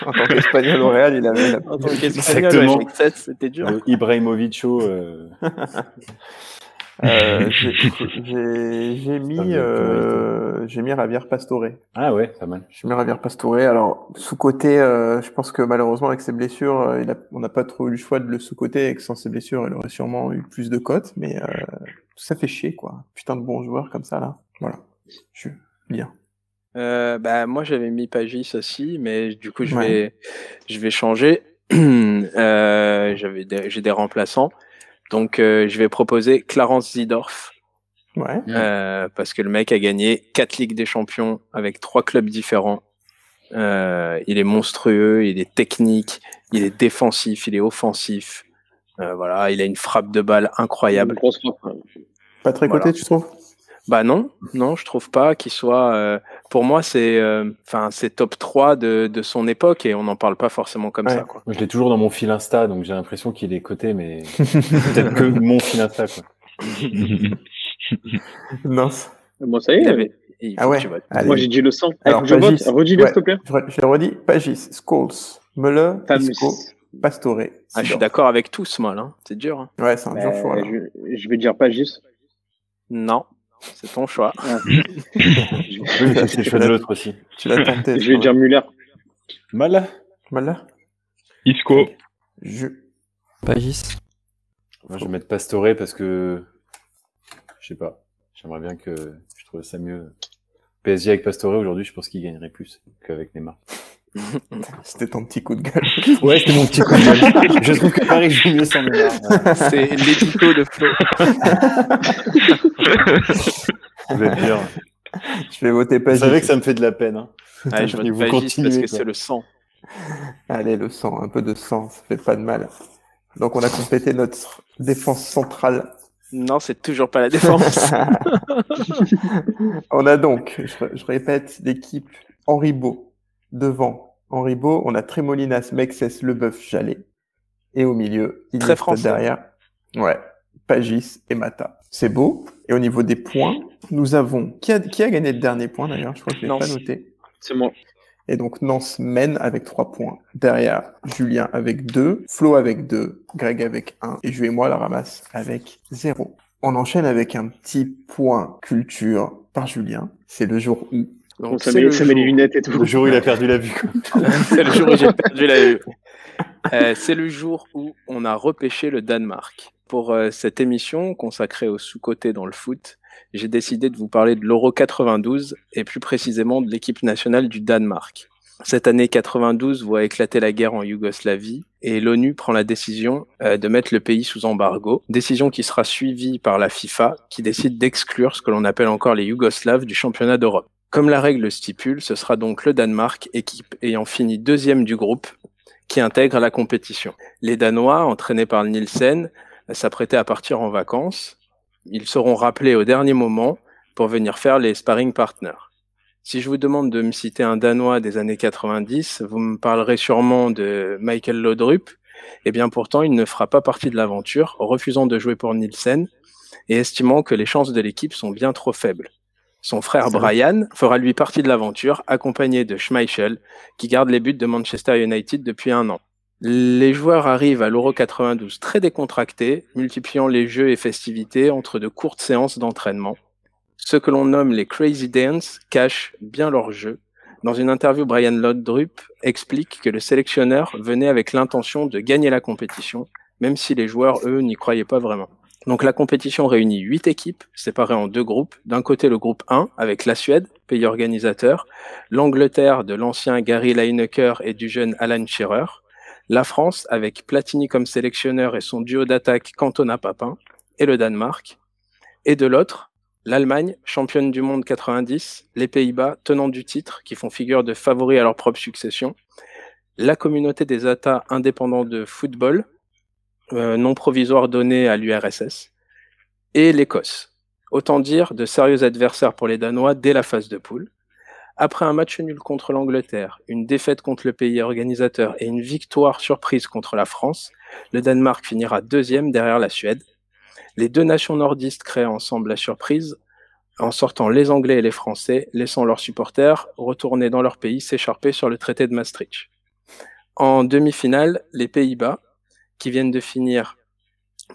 En tant qu'Espagnol au Real, il avait la-
En
tant qu'Espagnol,
Exactement.
ouais, Mexès, c'était dur.
Le Ibrahimovic, oh, euh,
Euh, j'ai- j'ai j'ai mis, euh, j'ai mis Javier Pastore.
Ah ouais, pas mal.
J'ai mis Javier Pastore. Alors, sous-côté, euh, je pense que malheureusement, avec ses blessures, euh, il a- on n'a pas trop eu le choix de le sous-côté et que sans ses blessures, il aurait sûrement eu plus de cotes, mais euh, ça fait chier, quoi. Putain de bon joueur comme ça, là. Voilà. Je suis bien.
Euh, bah, moi, j'avais mis Pagis aussi, mais du coup, je
Ouais.
vais, je vais changer. *clears throat* Euh, j'avais des- j'ai des remplaçants. Donc, euh, je vais proposer Clarence Zidorf.
Ouais.
Mm.
Euh, parce que le mec a gagné quatre Ligues des Champions avec trois clubs différents. Euh, il est monstrueux, il est technique, il est défensif, il est offensif. Euh, voilà, il a une frappe de balle
Mm.
incroyable.
Pas très
Voilà.
coté, tu trouves
Bah non, non, je trouve pas qu'il soit. euh, pour moi, c'est, euh, enfin, c'est top 3 de, de son époque et on n'en parle pas forcément comme
Ouais.
ça. Quoi.
Moi, je l'ai toujours dans mon fil Insta, donc j'ai l'impression qu'il est coté, mais peut-être que mon fil Insta, quoi.
non.
Moi, Euh, ça y est.
Il avait-
il
Ah faut que ouais, tu votes. allez.
Moi, j'ai dit le sang.
Alors,
je vote.
Pagis,
Redis-le,
ouais,
s'il te plaît.
Je, je le redis. Pagis, Scholes, Müller, Isco, Pastore.
Ah, je suis
Sidor.
d'accord avec tout ce mal. Hein. C'est dur. hein.
Ouais, c'est un jour chaud, là.
Euh, Je, je vais dire Pagis.
Non, c'est
*laughs*
ton choix.
Oui, mais c'est le choix de l'autre aussi.
Tu l'as tenté.
*laughs* Je vais dire Muller.
Mal.
Mal.
*laughs* Isco.
Je...
Pagis. Moi, je vais mettre Pastore parce que. Je sais pas. J'aimerais bien que je trouvais ça mieux. PSG avec Pastore aujourd'hui, je pense qu'il gagnerait plus qu'avec Neymar.
C'était ton petit coup de gueule. *laughs*
Ouais, c'était mon petit coup de gueule. Je trouve que Paris joue mieux sans Neymar. Ouais.
C'est l'édito de Flo.
Vous êtes dur.
Je vais voter
Vous
Pagis.
savez que ça me fait de la peine. Hein.
Allez, je
Et
vote
vous
Pagis parce
continuez,
que
quoi.
c'est le sang.
Allez, le sang, un peu de sang, ça fait pas de mal. Donc on a complété notre défense centrale. *laughs*
Non, c'est toujours pas la défense. *laughs*
on a donc, je, je répète, l'équipe Henri Beau devant Henri Beau, on a Tremolinas, Mexès, Leboeuf, Jallet. Et au milieu, il
Très
reste
français.
derrière. Ouais, Pagis et Mata. C'est beau. Et au niveau des points, nous avons. Qui a, qui a gagné le dernier point d'ailleurs Je crois que je l'ai pas
Nantes.
noté.
C'est moi.
Et donc Nance mène avec 3 points. Derrière, Julien avec 2, Flo avec 2, Greg avec 1 et je et moi la ramasse avec 0. On enchaîne avec un petit point culture par Julien. C'est le jour où.
Donc, Ça c'est met- le ça met les jour- lunettes et tout.
Le jour où il a perdu la vue.
*laughs* c'est le jour où j'ai perdu la *laughs* vue. Euh, c'est le jour où on a repêché le Danemark. Pour euh, cette émission consacrée au sous-côté dans le foot, j'ai décidé de vous parler de l'Euro 92 et plus précisément de l'équipe nationale du Danemark. Cette année 92 voit éclater la guerre en Yougoslavie et l'ONU prend la décision euh, de mettre le pays sous embargo, décision qui sera suivie par la FIFA qui décide d'exclure ce que l'on appelle encore les Yougoslaves du championnat d'Europe. Comme la règle le stipule, ce sera donc le Danemark, équipe ayant fini deuxième du groupe, qui intègre la compétition. Les Danois, entraînés par Nielsen, s'apprêtaient à partir en vacances. Ils seront rappelés au dernier moment pour venir faire les sparring partners. Si je vous demande de me citer un Danois des années 90, vous me parlerez sûrement de Michael Laudrup. Eh bien pourtant, il ne fera pas partie de l'aventure, refusant de jouer pour Nielsen et estimant que les chances de l'équipe sont bien trop faibles. Son frère
C'est vrai.
Brian fera lui partie de l'aventure, accompagné de Schmeichel, qui garde les buts de Manchester United depuis un an. Les joueurs arrivent à l'Euro 92 très décontractés, multipliant les jeux et festivités entre de courtes séances d'entraînement. Ceux que l'on nomme les Crazy Dance cachent bien leur jeu. Dans une interview, Brian Laudrup explique que le sélectionneur venait avec l'intention de gagner la compétition, même si les joueurs, eux, n'y croyaient pas vraiment. Donc la compétition réunit huit équipes, séparées en deux groupes. D'un côté, le groupe 1, avec la Suède, pays organisateur, l'Angleterre de l'ancien Gary Lineker et du jeune Alan Shearer, la France, avec Platini comme sélectionneur et son duo d'attaque Cantona-Papin, et le Danemark, et de l'autre, l'Allemagne, championne du monde 90, les Pays-Bas, tenants du titre, qui font figure de favoris à leur propre succession, la communauté des États indépendants de football, euh, non provisoire donnée à l'URSS, et l'Écosse. Autant dire de sérieux adversaires pour les Danois dès la phase de poule. Après un match nul contre l'Angleterre, une défaite contre le pays organisateur et une victoire surprise contre la France, le Danemark finira deuxième derrière la Suède. Les deux nations nordistes créent ensemble la surprise en sortant les Anglais et les Français, laissant leurs supporters retourner dans leur pays s'écharper sur le traité de Maastricht. En demi-finale, les Pays-Bas, qui viennent de finir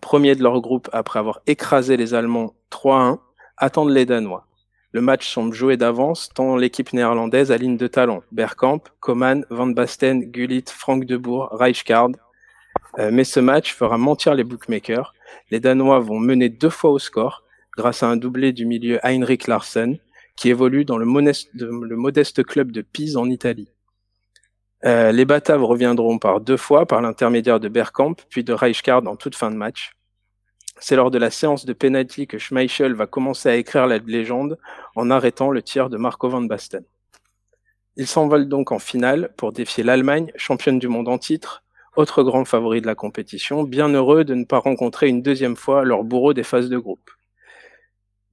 premier de leur groupe après avoir écrasé les Allemands 3-1, attendent les Danois. Le match semble joué d'avance tant l'équipe néerlandaise aligne de talent. Bergkamp, Coman, Van Basten, Gullit, Frank de Boer, Rijkaard. Euh, mais ce match fera mentir les bookmakers. Les Danois vont mener deux fois au score grâce à un doublé du milieu Heinrich Larsen qui évolue dans le monest- de- le modeste club de Pise en Italie. Euh, les Bataves reviendront par deux fois par l'intermédiaire de Bergkamp puis de Rijkaard en toute fin de match. C'est lors de la séance de penalty que Schmeichel va commencer à écrire la légende en arrêtant le tir de Marco van Basten. Il s'envole donc en finale pour défier l'Allemagne, championne du monde en titre, autre grand favori de la compétition, bien heureux de ne pas rencontrer une deuxième fois leur bourreau des phases de groupe.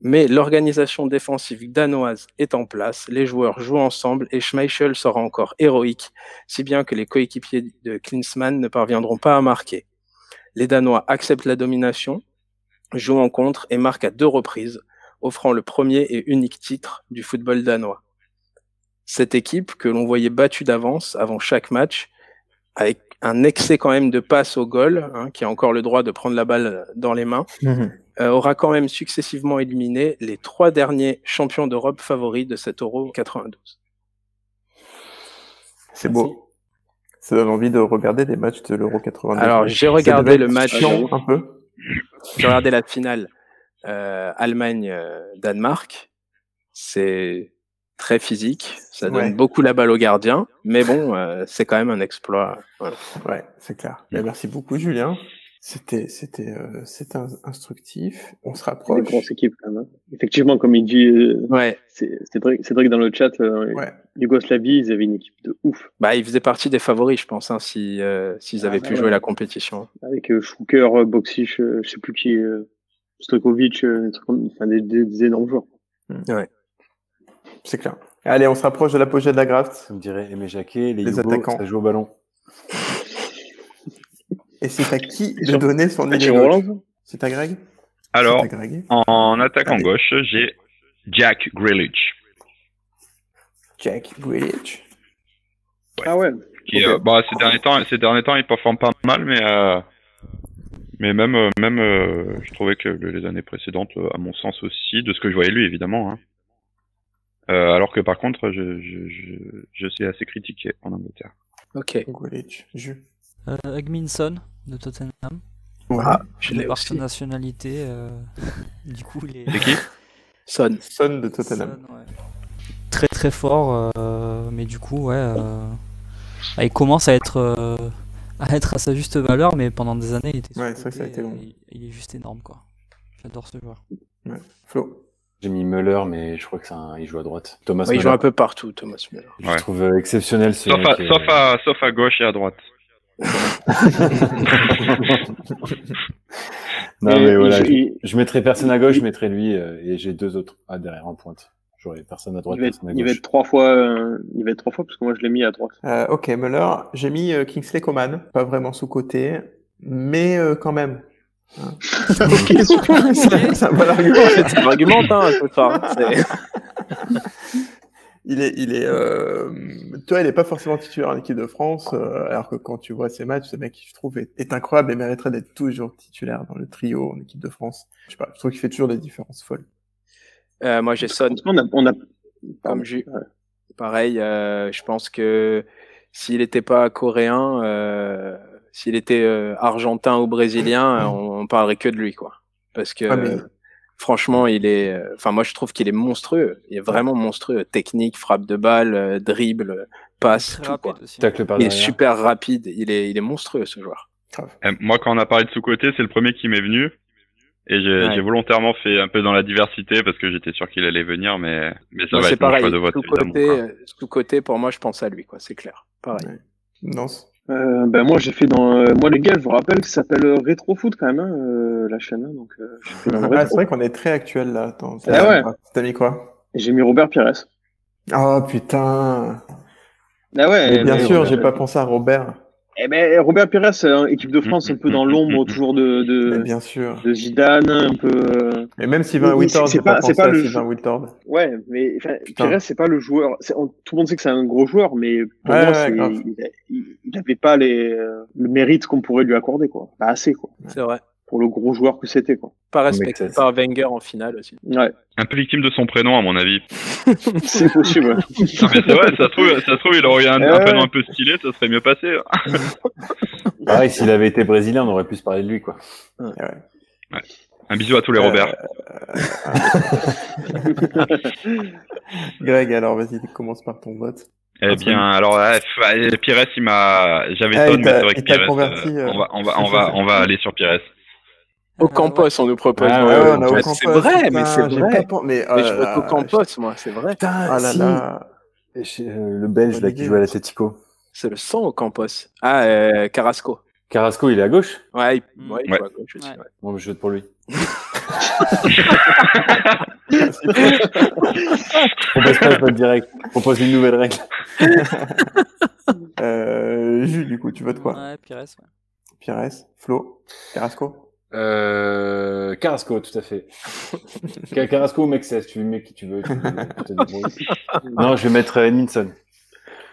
Mais l'organisation défensive danoise est en place, les joueurs jouent ensemble et Schmeichel sera encore héroïque, si bien que les coéquipiers de Klinsmann ne parviendront pas à marquer. Les Danois acceptent la domination, jouent en contre et marquent à deux reprises, offrant le premier et unique titre du football danois. Cette équipe, que l'on voyait battue d'avance avant chaque match, avec un excès quand même de passe au goal, hein, qui a encore le droit de prendre la balle dans les mains, euh, aura quand même successivement éliminé les trois derniers champions d'Europe favoris de cet Euro 92.
C'est beau. Ça donne envie de regarder des matchs de l'Euro 82.
Alors, j'ai
Ça
regardé
devait
le
être
match.
chiant, un peu.
J'ai regardé la finale euh, Allemagne-Danemark. C'est très physique. Ça donne
Ouais.
beaucoup la balle au gardien. Mais bon, euh, c'est quand même un exploit. Voilà.
Ouais, c'est clair.
Mm.
Mais merci beaucoup, Julien. C'était, c'était, euh, c'était un- instructif. On se
Des
rapproche.
grosses équipes, quand même. hein. Effectivement, comme il dit euh, c'est- Cédric, Cédric dans le chat, euh, Yougoslavie, ils avaient une équipe de ouf.
Bah, ils faisaient partie des favoris, je pense, hein, si, euh, s'ils avaient
Ah,
pu
ouais.
jouer la compétition.
Avec euh, Schuker, euh, Boxic, euh, je sais plus qui, euh, Stojkovic, euh, des trucs comme- enfin, des, des- des énormes joueurs.
Ouais.
C'est clair. Allez, on se rapproche de l'apogée de la graft.
On dirait Aimé Jacquet, les,
Les
Yougos,
attaquants.
ça joue au ballon.
Et c'est à qui de donner son
Ah,
idée
Jérôme
gauche C'est à Greg
Alors,
C'est à Greg
en, attaquant gauche, j'ai Jack Grealish.
Jack Grealish.
Ah ouais.
Qui, euh, bah, ces, derniers temps, ces derniers temps, il performe pas mal, mais, euh, mais même, euh, même euh, je trouvais que le- les années précédentes, euh, à mon sens aussi, de ce que je voyais lui, évidemment. hein. Euh, alors que par contre, je, je, je, je suis assez critiqué en Angleterre.
Ok.
Grealish. Ju.
Euh, Hugminson de Tottenham.
Voilà,
je
je l'ai
l'ai par sa
aussi.
nationalité. euh, *laughs* du coup, il est.
C'est qui
Son.
Son de Tottenham.
Très très fort, euh, mais du coup, ouais. euh, ah, il commence à être, euh, à être à sa juste valeur, mais pendant des années, il était.
Ouais, c'est vrai que ça a été long.
Il, il est juste énorme, quoi. J'adore ce joueur.
Flo.
J'ai mis Müller, mais je crois que c'est un... il joue à droite. Thomas
Ouais, il joue
Müller.
un peu partout, Thomas Müller.
Je le trouve euh, exceptionnel ce
Sauf,
mec.
à,
euh,
sauf, à, *laughs* sauf à gauche et à droite.
*laughs* Non,
Et-
mais voilà,
et-
je,
et-
je mettrais personne à gauche, je mettrais lui, euh, et j'ai deux autres ah, derrière en pointe. J'aurais personne à droite,
Il va, être,
personne à
il va
gauche.
être trois fois, euh, il va être trois fois parce que moi je l'ai mis à droite.
Euh, ok, Muller. J'ai mis euh, Kingsley Coman. Pas vraiment sous-côté, mais euh, quand même. Hein. *laughs* c'est un bon argument.
C'est un argument, hein, ce soir. C'est-
Il est, il est, euh, toi, il est pas forcément titulaire en équipe de France, euh, alors que quand tu vois ses matchs, ce mec, je trouve, est, est incroyable et mériterait d'être toujours titulaire dans le trio en équipe de France. Je sais pas, je trouve qu'il fait toujours des différences folles.
Euh, moi, j'ai Son.
On a,
Comme Ju. Pareil, euh, je pense que s'il n'était pas coréen, euh, s'il était euh, argentin ou brésilien, euh, on, on parlerait que de lui, quoi. Parce que
Ah, mais-
euh, franchement, il est. euh, Enfin, moi, je trouve qu'il est monstrueux. Il est vraiment monstrueux. Technique, frappe de balle, euh, dribble, euh, passe, tout quoi.
Tacle par
Il est
derrière.
super rapide. Il est, il est monstrueux ce joueur.
Euh, Moi, quand on a parlé de sous-côté, c'est le premier qui m'est venu. Et j'ai
Ouais.
j'ai volontairement fait un peu dans la diversité parce que j'étais sûr qu'il allait venir, mais, mais ça
Moi,
va
c'est
être mon
pareil. euh.
choix de hein. vote.
Sous
évidemment.
côté, sous côté, pour moi, je pense à lui, quoi. C'est clair. Pareil.
Non.
Euh, ben moi j'ai fait dans, euh, moi les gars, je vous rappelle que ça s'appelle euh, Retrofoot quand même, hein, euh, la chaîne. hein, donc euh, j'ai fait dans le
Ah, c'est
rétro.
vrai qu'on est très actuel là. Attends,
Ah ouais.
hein. T'as mis quoi
J'ai mis Robert Pires.
Oh putain.
Ah ouais. Eh,
Mais bien
mais-
Ah
sûr, j'ai pas pensé à Robert.
Eh ben, Robert Pires, euh, équipe de France, un peu dans l'ombre toujours de, de,
Eh bien sûr.
de Zidane, un peu. euh,
Mais même Sylvain
oui,
Wiltord,
c'est- c'est
j'ai pas,
pas-
pensé
c'est pas
à
le
Sylvain
jeu-
Wiltord.
Ouais, mais enfin,
Putain.
Pires, c'est pas le joueur. c'est- on- tout le monde sait que c'est un gros joueur, mais pour
Ouais,
moi,
ouais,
c'est-
grave.
il- il- il n'avait pas les, euh, le mérite qu'on pourrait lui accorder, quoi. Pas assez, quoi.
C'est vrai.
Pour le gros joueur que c'était, quoi.
Pas respecté par Wenger en finale aussi.
Ouais.
Un peu victime de son prénom, à mon avis.
C'est possible.
Non, Ah, mais c'est vrai, ça se trouve, ça se trouve, il aurait eu un,
Eh
Euh,
un
ouais.
prénom un peu stylé, ça serait mieux passé. hein.
Pareil, s'il avait été brésilien, on aurait pu se parler de lui, quoi.
Ouais. Un bisou à tous les
Euh,
Robert.
Greg, alors vas-y, commence par ton vote.
Eh bien, alors, euh, f- allez, Pires, il m'a. J'avais
Ah,
Son,
il
mais
t'a-
c'est vrai que
il t'a
Pires. euh,
converti, euh.
on, va, on, va, on, va, on va aller
*laughs*
sur Pires.
Au
Euh,
Campos, on nous propose.
Ah ouais,
de-
ouais, on a
Mais
Ocampos,
Ah, c'est vrai, mais
putain,
c'est
j'ai
vrai. Oh
pas pen- mais,
je
euh,
vote au Campos, moi, c'est vrai.
Putain,
ah là
si.
là.
euh, le Belge, là, qui joue à l'Atletico.
C'est le sang au Campos. Ah, euh, Carrasco.
Carrasco, il est à gauche
Ouais, il, ouais, il
Ouais.
joue à gauche aussi, Mm. ouais.
Bon, je vote pour lui. Propose pas, je vote direct. Propose une nouvelle règle.
euh, Jules, du coup, tu votes quoi
Ouais, Pires, ouais.
Pires, Flo, Carrasco
Euh, Carrasco, tout à *laughs* fait. Ca- Carrasco ou Mexès, tu mets qui tu veux. tu- tu te débrouilles. non, je vais mettre euh, Edmondson.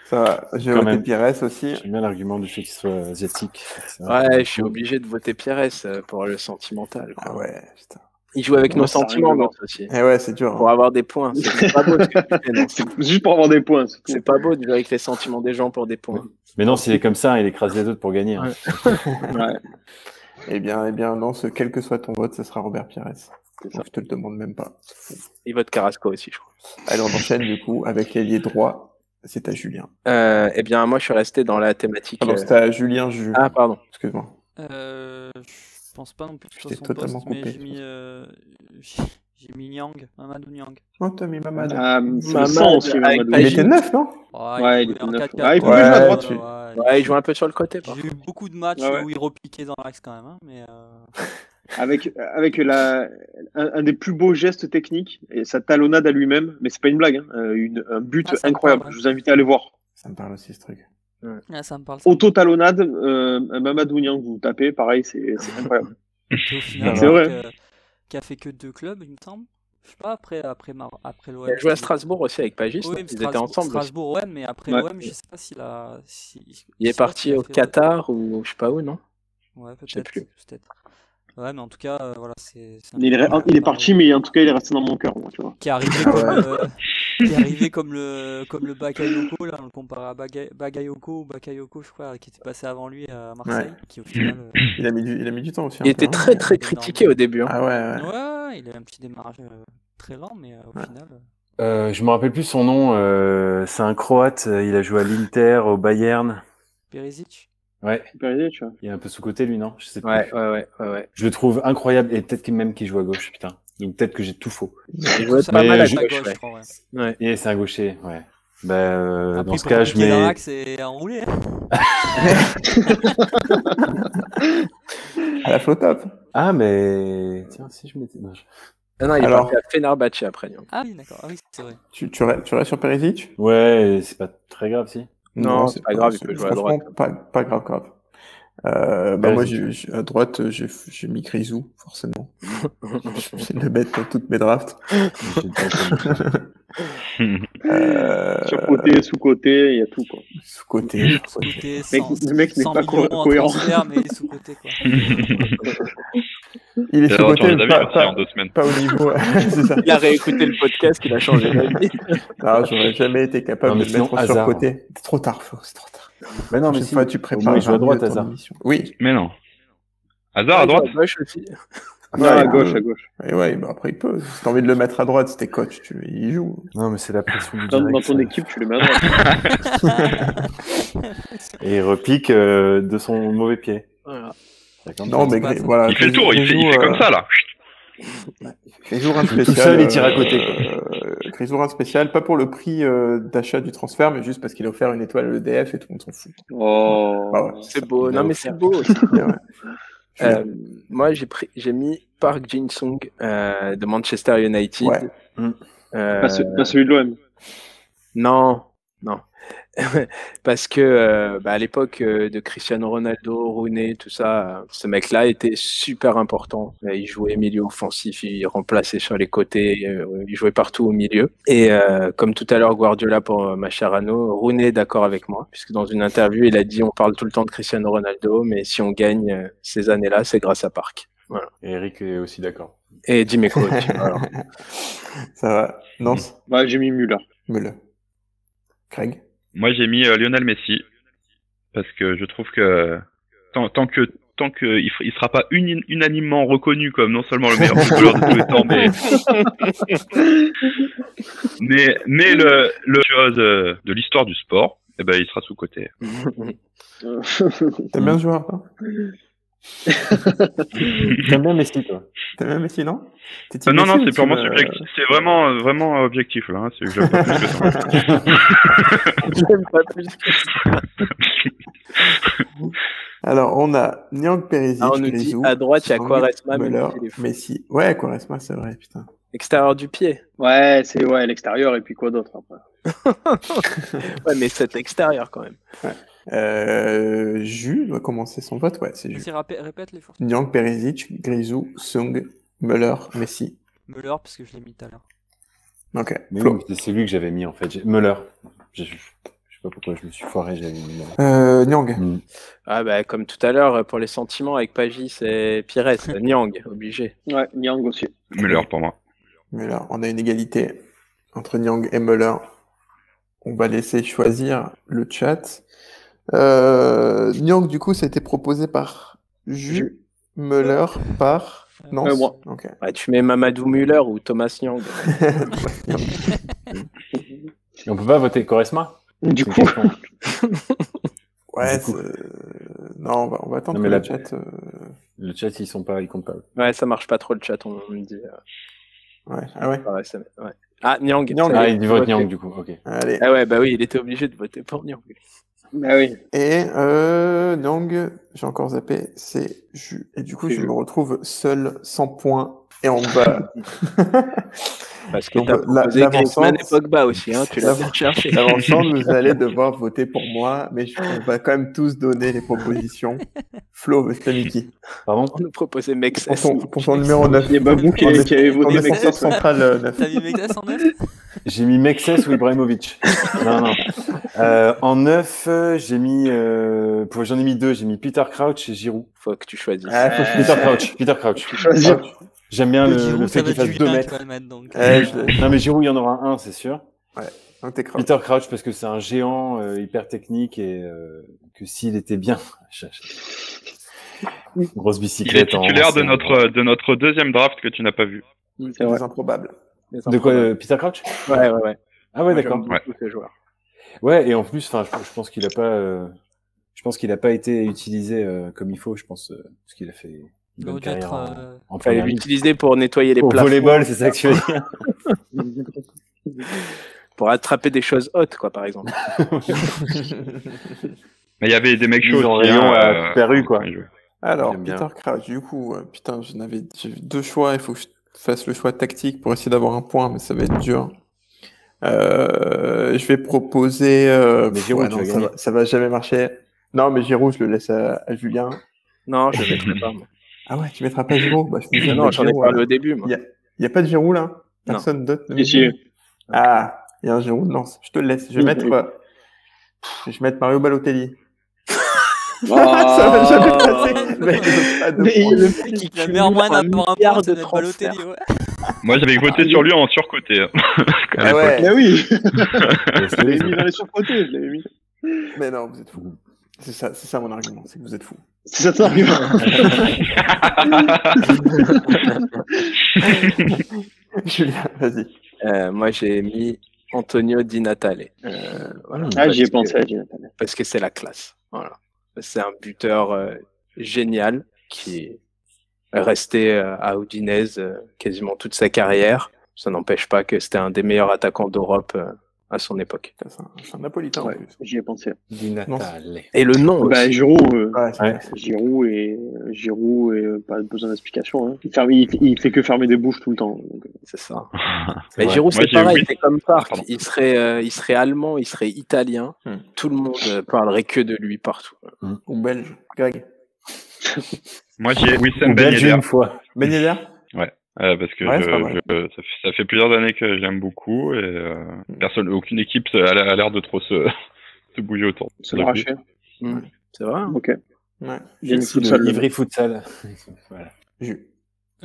Ça, j'ai voté Pires aussi.
J'aime bien l'argument du fait qu'il soit asiatique. C'est un-
Ouais, je suis obligé de voter Pires euh, pour le sentimental. Ah
ouais, putain.
Il joue avec
Non,
nos
ça
sentiments,
rigole.
Goff, aussi.
Eh ouais, c'est dur.
Pour avoir des points. C'est pas beau ce que tu fais, *laughs* non.
Juste pour avoir des points.
C'est pas beau de jouer avec les sentiments des gens pour des points.
Mais non, s'il est comme ça, il écrase les autres pour gagner. hein.
Eh bien, eh bien, non, ce, quel que soit ton vote, ce sera Robert Pires. Donc, je te le demande même pas.
Il vote Carrasco aussi, je crois.
Allez, on enchaîne du coup avec l'ailier droit. C'est à Julien.
Euh, eh bien, moi, je suis resté dans la thématique.
Pardon,
euh,
c'était à Julien Jules.
Ah, pardon.
Excuse-moi.
Euh, je pense pas non plus que ce
t'ai
soit son
totalement
poste, mais
coupé,
j'ai mis, euh, *laughs* j'ai j'ai mis Nyang, Mamadou Nyang.
Oh, t'as mis Mamad.
Ah,
Euh, c'est le sang aussi, Mamad.
Il était neuf, non
Ouais, il était
Oh, jouait en
neuf.
4-4.
Ah, il pouvait jouer à droite.
Ouais,
Ouais, il joue un peu sur le côté. par
J'ai eu beaucoup de matchs
Ouais, ouais.
où il repiquait dans l'axe quand même, hein, mais euh,
avec avec la un, un des plus beaux gestes techniques et sa talonnade à lui-même mais c'est pas une blague hein, euh, une, un but
Ah, ça me
incroyable
parle,
je vous invite à aller voir
Ça me parle aussi ce truc
là, ça me parle. ça.
auto talonnade euh, Mamadou Niang vous tapez pareil c'est c'est incroyable
Et au final,
c'est vrai
Nyang, euh, qui a fait que deux clubs, il me semble. Je sais pas, après, après, Mar- après l'OM.
Il a joué à Strasbourg aussi avec Pagis. hein.
Oui, mais
ils étaient
Strasbourg-
ensemble. aussi.
Strasbourg, ouais, mais après
Ouais.
l'OM, je sais pas s'il a. si-
Il
je
est
sais pas
parti
s'il a
au
fait- euh,
Qatar ou je sais pas où, non
Ouais,
Je sais
peut-être.
plus.
peut-être. Ouais, mais en tout cas, euh, voilà, c'est. c'est un
Mais *laughs* il, est,
joueur
il est
par-
parti mais en tout cas il est resté dans mon cœur moi, tu vois
Qui
*laughs*
est arrivé comme, euh, qui est arrivé comme le, comme le Bakayoko, là, on le compare à Baga- Bagayoko ou Bakayoko, je crois, qui était passé avant lui à Marseille, qui au final. euh,
Il a mis du, il a mis du temps aussi. un
Il
peu,
était
hein.
très très critiqué au début. hein.
Ah ouais,
Ouais,
ouais.
ouais, il a eu un petit démarrage euh, très lent, mais euh, au final. euh,
Euh, je me rappelle plus son nom. euh, c'est un Croate. euh, Il a joué à l'Inter, au Bayern.
Perisic.
Ouais.
Perisic, ouais.
Il est un peu sous côté lui, non Je sais plus.
Ouais, ouais, ouais, ouais, ouais.
Je le trouve incroyable et peut-être qu'il- même qu'il joue à gauche, putain. Donc peut-être que j'ai tout faux.
Il jouait pas mal à gauche, ouais.
Et c'est un gaucher, ouais. Bah, euh,
Après,
dans ce
pour
cas, je
piquer dans
mets.
l'axe et enrouler.
À la flotap.
Ah, mais. Tiens, si je mettais. non, je-
Ah non, il
Alors-
est parti à Fenerbahçe après. Lyon.
ah oui, d'accord, ah oui, c'est vrai.
Tu, tu, restes, tu restes sur Perisic
Ouais, c'est pas très grave, *laughs* si.
Non, c'est pas grave, il peut jouer à
franchement, Pas, pas grave, grave. Euh, bah
Perisic.
moi, j'ai- j'ai- à droite, j'ai j'ai mis Grisou, forcément.
*laughs*
c'est le bête dans toutes mes drafts. Euh,
sur côté sous côté il y a tout quoi
Côté.
Côté
Mec,
100,
le mec n'est
100
pas
millions
co-
en
cohérent.
transfert, mais il est sous-côté, quoi.
Il est
Ça
sur
va
côté,
changer d'avis
pas,
aussi
pas-
en deux semaines.
pas au niveau. *laughs* c'est ça.
Il a réécouté le podcast, *laughs* il a changé d'avis.
Non, Ah, j'aurais jamais été capable
Non, mais
de le
sinon, hein.
mettre sur
Hazard.
côté. C'est trop tard, Flo, c'est trop tard.
Mais non, mais
Prochaine
si.
fois, tu
Au
prépares
moins, il joue
un
à droite,
peu ton
hasard.
émission. Oui.
Mais non. Hasard à droite
gauche aussi. Ah,
Non, à gauche, à gauche.
Et ouais, bah après, il peut. Si t'as envie de le mettre à droite, c'était coach, tu, il joue.
Non, mais c'est la pression du
dans, dans
direct.
ton
ça.
équipe tu le mets à
*laughs*
droite
Et il repique euh, de son mauvais pied.
Voilà.
D'accord.
Non, mais
pas,
Gré-
ça.
voilà.
Il fait le tour, il fait, il fait
euh,
comme ça là.
Grisou, un spécial. euh,
Tout seul, il tire à côté,
Grisou, un spécial, pas pour le prix euh, d'achat du transfert, mais juste parce qu'il a offert une étoile à l'EDF et tout le monde s'en fout.
oh
Ah ouais.
C'est beau. Non, mais c'est beau.
*laughs* Ouais, ouais. Je suis-
Euh, moi, j'ai pris, j'ai mis Park Jin Sung euh, de Manchester United.
Ouais.
Euh,
pas, ce- pas celui de l'OM
Non, *laughs* non. parce que euh, bah, à l'époque euh, de Cristiano Ronaldo, Rooney, tout ça, euh, ce mec-là était super important. Euh, Il jouait milieu offensif, il remplaçait sur les côtés, euh, il jouait partout au milieu. Et euh, comme tout à l'heure Guardiola pour euh, Mascherano, Rooney est d'accord avec moi, puisque dans une interview, il a dit on parle tout le temps de Cristiano Ronaldo, mais si on gagne euh, ces années-là, c'est grâce à Park. Voilà.
Et Eric est aussi d'accord.
Et Dimeco. tu vois, alors.
Ça va. Non
Bah, j'ai mis *laughs* Müller.
Müller. Craig
Moi, j'ai mis euh, Lionel Messi parce que je trouve que tant, tant que tant que il, f- il sera pas uni- unanimement reconnu comme non seulement le
*laughs*
meilleur footballeur de tous les temps, mais mais mais le le chose euh, de l'histoire du sport, eh ben il sera sous côté.
T'aimes bien ce joueur, toi *laughs* T'aimes bien Messi, toi T'aimes bien Messi, non T'es team
non
Messi
non,
ou
c'est purement
team, euh,
subjectif, c'est vraiment euh, vraiment objectif là. Hein, c'est je vois pas plus que
J'aime pas plus
ça.
Alors, on a Niang Perisic,
Ah, on nous dit,
Grisou,
à droite, il y a
Sang,
Quaresma, même
Müller,
s'il est fou.
Messi. Ouais, Quaresma, c'est vrai, putain.
Extérieur du pied.
Ouais, c'est ouais, l'extérieur et puis quoi d'autre après.
Ouais, mais c'est extérieur quand même.
Euh, Jules doit commencer son vote, ouais, c'est Jules.
Vas-y, rapé- répète les forces.
Nyang, Perisic, Grisou, Sung, Müller, Messi.
Müller, parce que je l'ai mis tout à l'heure.
Ok.
Mais
Flo.
oui, c'est celui que j'avais mis en fait. J'ai- Müller. Je, je- je sais pas pourquoi je me suis foiré, j'avais mis Müller.
Euh, Nyang.
Ah bah, comme tout à l'heure, pour les sentiments avec Pagis c'est Pires, Niang, obligé.
Ouais, Niang aussi.
Müller pour moi.
Müller, on a une égalité entre Nyang et Müller. On va laisser choisir le chat. Euh, Nyang, du coup, ça a été proposé par Ju, Müller par Nance.
Euh, moi.
Ok.
Ouais, tu mets Mamadou Muller ou Thomas Niang.
Et on peut pas voter Quaresma
Du
coup.
Ouais, c'est- euh, non, on va, on va attendre
Non, mais
que le
la-
chat. euh,
Le chat, ils sont pas, ils comptent pas.
Ouais, ça marche pas trop le chat, on me dit. euh,
Ouais, ah ouais.
par SMS, ouais. Ah, Niang.
Niang.
ça y est,
Ah, il dit vote
voté.
Niang, du coup, ok.
Allez.
Ah ouais, bah oui, il était obligé de voter pour Niang.
Bah oui.
Et euh, Nyang, j'ai encore zappé, c'est Ju. Et du coup, je
Ju.
me retrouve seul, sans points, et en bas.
Parce que
Donc,
t'as
euh, la-
proposé
l'avancante-
Griezmann et Pogba aussi, hein, tu l'as
L'avancante-
bien cherché.
l'avancante, vous allez devoir voter pour moi, mais je, on va quand même tous donner les propositions. Flo, c'était Mickey.
Pardon
*laughs* On nous proposait Mexes.
Pour ton, pour ton numéro 9.
Il y a Babou qui- qui avait voté Mexès, ouais.
central euh, 9.
T'as mis Mexès en neuf
J'ai mis Mexès ou
*laughs*
Ibrahimovic. non, non. Euh, en neuf, euh, j'ai mis. euh, pour- J'en ai mis deux. J'ai mis Peter Crouch et Giroud.
Faut que tu choisisses.
Ah,
Euh,
faut que je-
Peter Crouch. Peter Crouch.
choisir.
Crouch. J'aime bien
Le
le,
Euh, Giroud,
le
ça
fait
va
qu'il
être
fasse
du
2
vilain, tu
mètres.
vas le mettre, donc. euh,
Eh, je l'ai.
Non, mais Giroud, il y en aura un, c'est sûr.
Ouais, donc t'es craint.
Peter Crouch, parce que c'est un géant euh, hyper technique et euh, que s'il était bien. *laughs* je- je- Grosse bicyclette.
Il est
en-
titulaire de notre euh, de notre deuxième draft que tu n'as pas vu.
C'est vrai.
Des *laughs* improbables.
De quoi euh, Peter Crouch
Ouais, ouais, ouais.
Ah ouais,
Moi,
d'accord.
j'aime
Ouais.
beaucoup ce joueur.
Ouais, et en plus, enfin, je, je pense qu'il a pas, euh, je pense qu'il a pas été utilisé euh, comme il faut. Je pense euh, parce qu'il a fait une
Il
bonne
aurait dû être,
carrière en-
euh,
en
Fallait
première ligue.
l'utiliser pour nettoyer les
Au
plafonds,
volleyball, c'est ça que tu
*laughs*
veux dire
pour attraper des choses hautes, quoi, par exemple.
Mais il y avait des mecs
Ils
chauds
ont
aussi,
rayon
hein,
à Peru, quoi.
ouais, je-
Alors,
J'aime bien.
Peter Crouch, du coup, euh, putain, j'en avais j'ai eu deux choix. Il faut que je fasse le choix tactique pour essayer d'avoir un point, mais ça va être dur. Euh, je vais proposer. euh,
Mais Giroud, tu vas
ça,
gagner.
va, ça va jamais marcher. Non, mais Giroud, je le laisse à, à Julien.
Non, je ne pas. moi.
Ah ouais, tu mettras pas Giroud bah, je
*coughs*
suis désolé,
Non, j'en ai
Giroud,
parlé
hein.
au début, moi.
Il n'y a, pas de Giroud là
Non.
Personne d'autre ne
Si, si.
met Giroud Ah, il y a un Giroud de Lens. Je te le laisse. Je vais
Oui,
mettre,
oui.
euh, je vais mettre Mario Balotelli.
*laughs*
ça va
Ah,
jamais passer. Mais, pas de
Mais
point.
le
La meilleure moyenne
un
d'avoir un
milliard
point,
de
c'est d'être
transferts.
Balotelli, ouais.
Moi, j'avais
Ah,
voté sur lui en surcoté. hein. À
Ah
l'époque.
ouais.
Bah oui,
Parce
je
que-
l'avais mis dans les surcotés, je l'avais mis.
Mais non, vous êtes fous. C'est ça, c'est ça mon argument, c'est que vous êtes fous. *laughs*
C'est ça ton argument.
Julien, vas-y.
Euh, moi, j'ai mis Antonio Di Natale. Euh, voilà,
Ah, j'y ai
parce que-
pensé, j'y ai pensé.
Parce que c'est la classe. Voilà. C'est un buteur euh, génial qui est resté euh, à Udinese euh, quasiment toute sa carrière. Ça n'empêche pas que c'était un des meilleurs attaquants d'Europe euh, à son époque.
C'est un napolitain en plus.
J'y ai pensé.
Di
Natale. Et le nom
Bah,
aussi.
Giroud. euh,
Ouais, c'est
Ouais.
clair.
Giroud et Giroud et euh, pas besoin d'explication. hein. Il, ferme- il, il fait que fermer des bouches tout le temps. euh,
C'est
*laughs*
ça.
C'est
Mais
vrai.
Giroud,
Moi,
c'est
j'ai
pareil,
oublié-
c'est comme Park.
Pardon.
Il serait, euh, il serait allemand, il serait italien.
Hmm.
Tout le monde euh, parlerait que de lui partout.
Ou belge. Greg.
Moi, j'y ai Wissam
Ou
Ben
belge
Yedder.
une fois. Ben Yedder
Ouais, euh, parce que
Ouais,
je-
c'est pas mal.
je- ça, fait, ça fait plusieurs années que j'aime beaucoup et euh, personne, aucune équipe a l'air a l'air de trop se, *laughs* se bouger autour.
Se l'arracher.
Hmm. C'est vrai. hein.
Ok.
Ouais.
J'ai une
Ici, le
futsal.
Ivry Futsal. *laughs* voilà.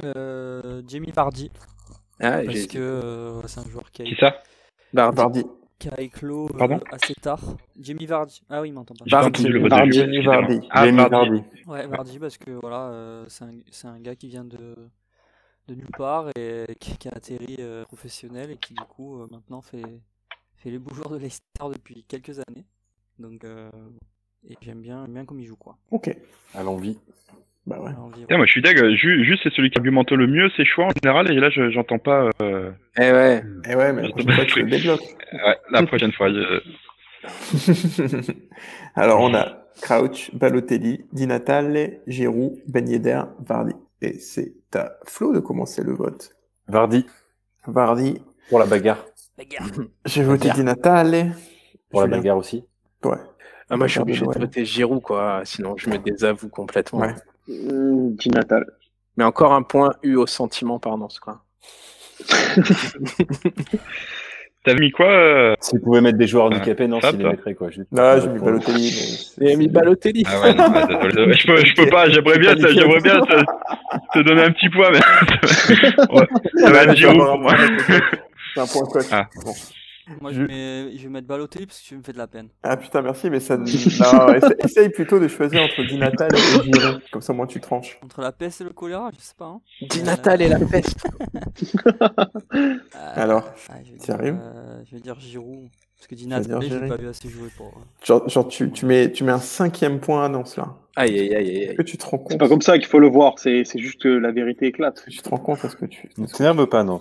Euh, Jamie Vardy.
Ah,
parce
j'ai-
que euh, c'est un joueur qui a,
Qui ça
Vardy.
qui a éclos euh,
Pardon
assez tard. Jamie Vardy. Ah oui, il m'entend pas.
J'ai pas Vardy, entendu le reste Vardy, du jeu, excusez-moi. Vardy. Ah, Jamie Vardy. Vardy.
Ouais, Vardy, parce que voilà, euh, c'est un, c'est un gars qui vient de, de nulle part et qui, qui a atterri euh, professionnel et qui, du coup, euh, maintenant fait, fait les beaux jours de Leicester depuis quelques années. Donc, euh, et j'aime bien, j'aime bien comme il joue, quoi.
Ok.
À l'envie.
Bah ouais.
Putain, moi, je suis deg. ju- juste, c'est celui qui argumente le mieux ses choix en général et là, je- j'entends pas. euh,
Eh ouais.
Eh ouais, mais la prochaine fois, tu le débloques.
ouais, la prochaine fois. Euh, je-
*laughs* Alors, on a Crouch, Balotelli, Di Natale, Giroud, Ben Yedder, Vardy. Et c'est à Flo de commencer le vote.
Vardy.
Vardy.
Pour la bagarre.
J'ai voté Di Natale.
Pour la
Julien.
bagarre aussi.
Ouais.
Ah, moi, je suis obligé
Ouais.
de voter Giroud, quoi. Sinon, je me désavoue complètement.
Ouais.
Di Natale.
Mais encore un point eu au sentiment par Nance, quoi.
T'as mis quoi euh,
S'il pouvait mettre des joueurs
Ah,
handicapés, non,
ça,
s'il les
toi.
mettrait, quoi. Juste-
Non, j'ai mis Balotelli. mais-
Et mis Balotelli.
Ah ouais, non, ouais, désolé, *laughs* désolé. je peux, je peux pas, j'aimerais bien, te- j'aimerais bien te, te donner un petit poids, mais *laughs* Ouais, *laughs* ça va être Giroud pour moi.
C'est un point coach.
Ah.
Bon.
Moi, je, mets- je vais mettre Balotelli parce que tu me fais de la peine.
Ah putain, merci, mais ça. ne- *laughs* Non, essa- essaye plutôt de choisir entre Di Natale et Giroud. Comme ça, au moins, tu tranches.
Entre la peste et le choléra, je sais pas. Hein.
Di Natale et la
*laughs*
peste.
*laughs* Alors,
Ah, je vais
t'y
dire,
arrives
euh, je vais dire Giroud. Parce que Di
vas dire
Natale, j'ai
Giroud.
pas vu assez jouer pour. euh.
Genre, genre, tu, tu, mets, tu mets un cinquième point à Nance là.
Aïe, aïe, aïe, aïe,
Est-ce
aïe.
que tu te rends compte
C'est pas comme ça qu'il faut le voir. C'est c'est juste que la vérité éclate.
Tu te rends compte à ce que tu.
Ne t'énerve pas, non.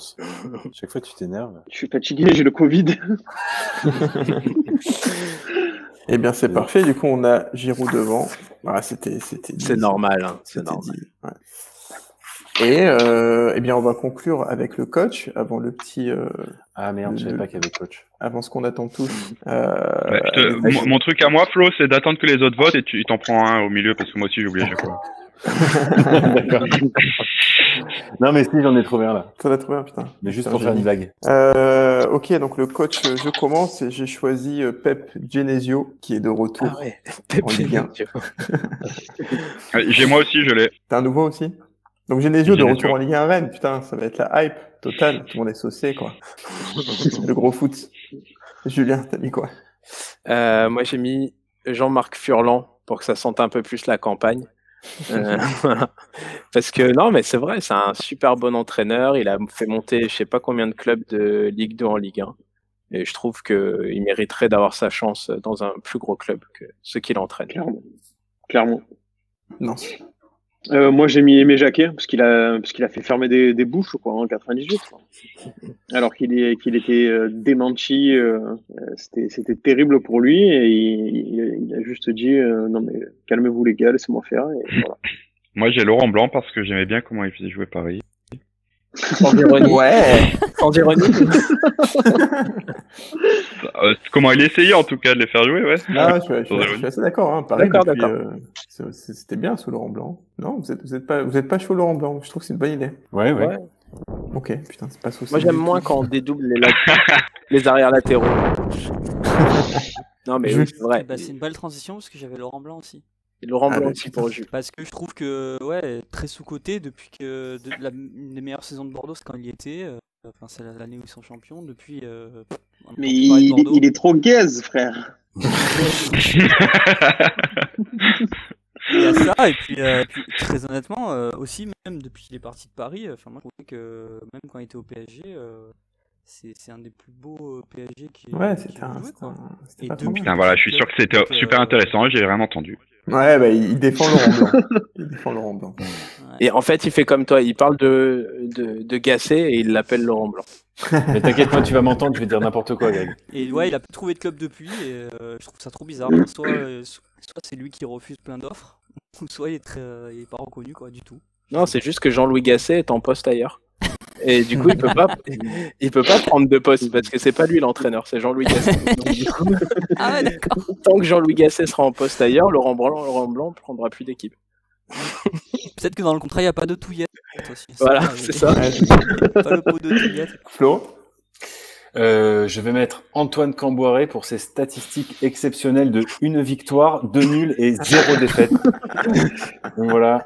Chaque fois, tu t'énerves.
Je suis fatigué, j'ai le Covid. *laughs*
Eh bien, c'est parfait. Du coup, on a Giroud devant. Ah, c'était, c'était. dit.
C'est normal, hein, c'est
C'était
normal.
dit, ouais. Et euh, eh bien, on va conclure avec le coach avant le petit, euh,
Ah merde, je savais pas qu'il y avait coach. *laughs*
avant ce qu'on attend tous. Euh,
Ouais, je te-
les
mon- mon truc à moi, Flo, c'est d'attendre que les autres votent et tu t'en prends un au milieu parce que moi aussi j'ai oublié à chaque fois.
D'accord. non, mais si, j'en ai trouvé un là.
T'en as trouvé un, putain.
Mais juste
Putain,
pour faire une
génie.
blague.
Euh, ok, donc le coach, euh, je commence et j'ai choisi euh, Pep Genesio qui est de retour.
Ah *laughs* ouais. Pep
En Ligue un.
Genesio.
Ouais, Euh, J'ai moi aussi, je l'ai.
T'as un nouveau aussi Donc Genesio de
Genesio.
retour en Ligue 1 Rennes, putain, ça va être la hype totale. Tout le monde est saucé, quoi. le gros foot. Julien, t'as mis quoi
Euh, moi, j'ai mis Jean-Marc Furlan pour que ça sente un peu plus la campagne. Euh, *laughs* voilà. Parce que non, mais c'est vrai, c'est un super bon entraîneur. Il a fait monter je sais pas combien de clubs de Ligue 2 en Ligue 1. Et je trouve qu'il mériterait d'avoir sa chance dans un plus gros club que ceux qu'il entraîne.
Clairement. Clairement.
Non.
Euh, moi, j'ai mis Aimé Jacquet parce qu'il a, parce qu'il a fait fermer des, des bouches quoi, en 98. quoi. Alors qu'il est- qu'il était euh, démenti, euh, euh, c'était c'était terrible pour lui et il, il- il a juste dit euh, non mais calmez-vous les gars, laissez-moi faire. Et voilà.
Moi j'ai Laurent Blanc parce que j'aimais bien comment il faisait jouer Paris.
Sans
*laughs*
ironie.
Ouais
Sans ironie.
Euh, comment il essayait en tout cas de les faire jouer, ouais.
Ah, je, suis- je suis- je suis assez d'accord. Hein. Pareil,
D'accord,
depuis,
d'accord.
euh, c'est- c'est- C'était bien sous Laurent Blanc. Non, vous êtes, vous êtes pas, vous êtes pas chaud Laurent Blanc. Je trouve que c'est une bonne idée.
Ouais, ouais.
Ouais.
Ok, putain, c'est pas souci.
Moi, j'aime moins quand on dédouble les,
*laughs*
lat- les arrières latéraux. non, mais oui, c'est vrai.
Bah, c'est une belle transition parce que j'avais Laurent Blanc aussi.
Et Laurent
Ah,
Blanc
bah,
aussi pour Jules.
Parce que je trouve que, ouais, très sous-coté depuis que de- la, une des meilleures saisons de Bordeaux, c'est quand il y était. euh, Enfin, c'est l'année où ils sont champions. Depuis. euh, pff, on entend
Mais
plus parler
il,
de
est-
Bordeaux.
il est trop gaze, frère.
Il y a ça, et puis, euh, et puis, très honnêtement, euh, aussi, même depuis qu'il est parti de Paris, euh, enfin, moi je trouvais que même quand il était au PSG, euh, c'est c'est un des plus beaux euh, PSG qui
Ouais,
qui
c'était
ait
un.
joué,
c'était
quoi.
un- c'était
Et
pas
deux
trop mal.
buts.
*laughs* Putain, voilà, je suis sûr que c'était
Donc, euh,
super intéressant, j'ai rien entendu.
Ouais, bah, il il défend Laurent Blanc. il défend Laurent Blanc.
Ouais,
Et en fait, il fait comme toi, il parle de, de, de Gasset et il l'appelle Laurent Blanc.
Mais t'inquiète pas, tu vas m'entendre, je vais dire n'importe quoi, Greg.
Et ouais, il a pas trouvé de club depuis, et euh, je trouve ça trop bizarre.
Mm.
Soit, euh, so- soit c'est lui qui refuse plein d'offres, *laughs* ou soit il est, très, euh, il est pas reconnu, quoi, du tout.
Non, c'est juste que Jean-Louis Gasset est en poste ailleurs. Et du coup, il peut pas, il peut pas prendre de poste parce que c'est pas lui l'entraîneur, c'est Jean-Louis Gasset. Donc, du coup, tant que Jean-Louis Gasset sera en poste ailleurs, Laurent Blanc, Laurent Blanc prendra plus d'équipe.
Peut-être que dans le contrat, il n'y a pas de touillette. aussi.
Voilà,
pas-
c'est ça.
pas le pot de
*laughs*
touillette.
Flo Euh, je vais mettre Antoine Camboiré pour ses statistiques exceptionnelles de une victoire, deux nuls et zéro
*laughs*
défaite. Donc voilà.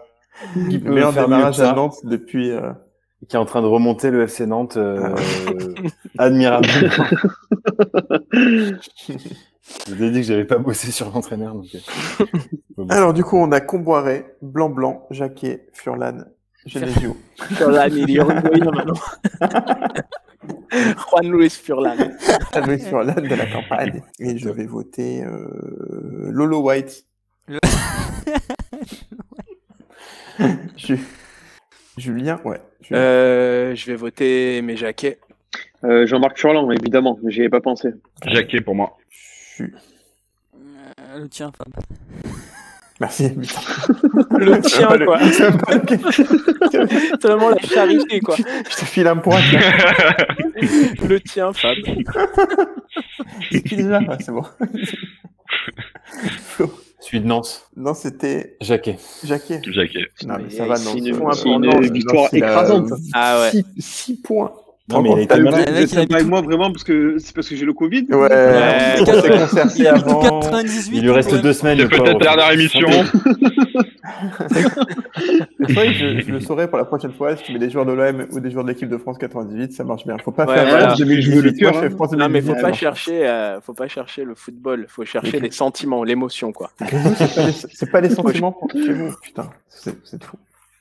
Qui peut
Meilleur
faire mieux que
démarrage
ça
à Nantes depuis. euh,
Qui est en train de remonter le FC Nantes euh,
Ah *laughs*
admirablement. je vous ai dit que j'avais pas bossé sur l'entraîneur. Donc...
*laughs*
euh,
Alors du coup, on a Comboiré, Blanc Blanc, Jacquet, Furlan, Genesio.
Furlan, il est uruguayen maintenant. Juan Luis Furlan.
*laughs* Juan Luis Furlan de la campagne. Et je vais voter euh, Lolo White. *laughs* Ju- Julien, ouais.
Euh, je vais voter mes *laughs* jaquets.
Euh, Jean-Marc Furlan, évidemment, mais j'y avais pas pensé.
Jacquet pour moi.
Euh, le tien, Fab.
Merci.
Le tien,
Le-
quoi.
C'est même pas le-
C'est vraiment la charité, quoi.
Je te file un point.
*laughs* Le tien, Fab.
C'est qui déjà Ah, C'est bon. Flo.
Celui de Nantes.
Non, c'était
Jacquet.
Jacquet.
Jacquet.
Non, mais ça
Mais
va,
c'est
Nantes.
une-
Point
c'est
pour
une
Nantes.
victoire
Nantes, il a
écrasante.
six-
Ah ouais.
6 points.
Non, mais il a été
T'as
malade.
le mec, avec moi vraiment parce que c'est parce que j'ai le Covid.
Ouais, euh, on s'est
*laughs*
concerté avant.
Il lui reste deux semaines.
C'est
le pauvre.
peut-être la dernière émission.
C'est vrai que je, je le saurai pour la prochaine fois si tu mets des joueurs de l'OM ou des joueurs de l'équipe de France 98, ça marche bien. Faut pas
Ouais,
faire
voilà.
France 2018, moi, je fais France
Non, mais faut
2018.
pas chercher, euh, faut pas chercher le football. Faut *laughs* chercher les sentiments, l'émotion, quoi.
C'est pas les- C'est pas les sentiments pour chez vous, putain, c'est c'est fou.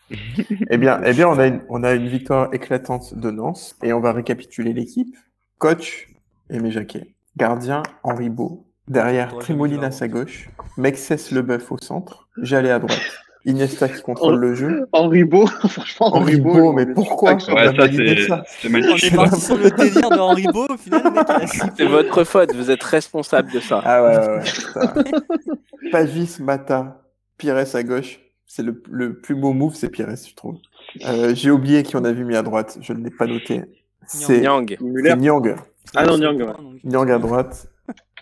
*laughs* eh bien, eh bien, on a une, on a une victoire éclatante de Nance et on va récapituler l'équipe. Coach, Aimé Jacquet. Gardien, Henri Beau. Derrière,
Toi, j'aime
Trémoline à sa gauche. Mexès Leboeuf au centre. Jallet à droite. Iniesta qui contrôle le jeu.
Henri Beau, *laughs* franchement, Henri
Henri Beau, mais
je-
pourquoi
Ouais,
on a
ça,
validé
c'est-
ça
c'est magnifique.
On est parti sur le délire de Henri Beau, au final, le mec, il a six
C'est
points.
votre faute. Vous êtes responsable de ça.
Ah ouais, ouais, ouais. *laughs* ça. Pavis, Mata, Pires à gauche. C'est le, le plus beau move, c'est Pires, je trouve. Euh, J'ai oublié qui on avait mis à droite. Je ne l'ai pas noté. C'est
Yang.
Müller.
c'est Nyang.
Ah non, Nyang, ouais.
Donc,
Nyang à droite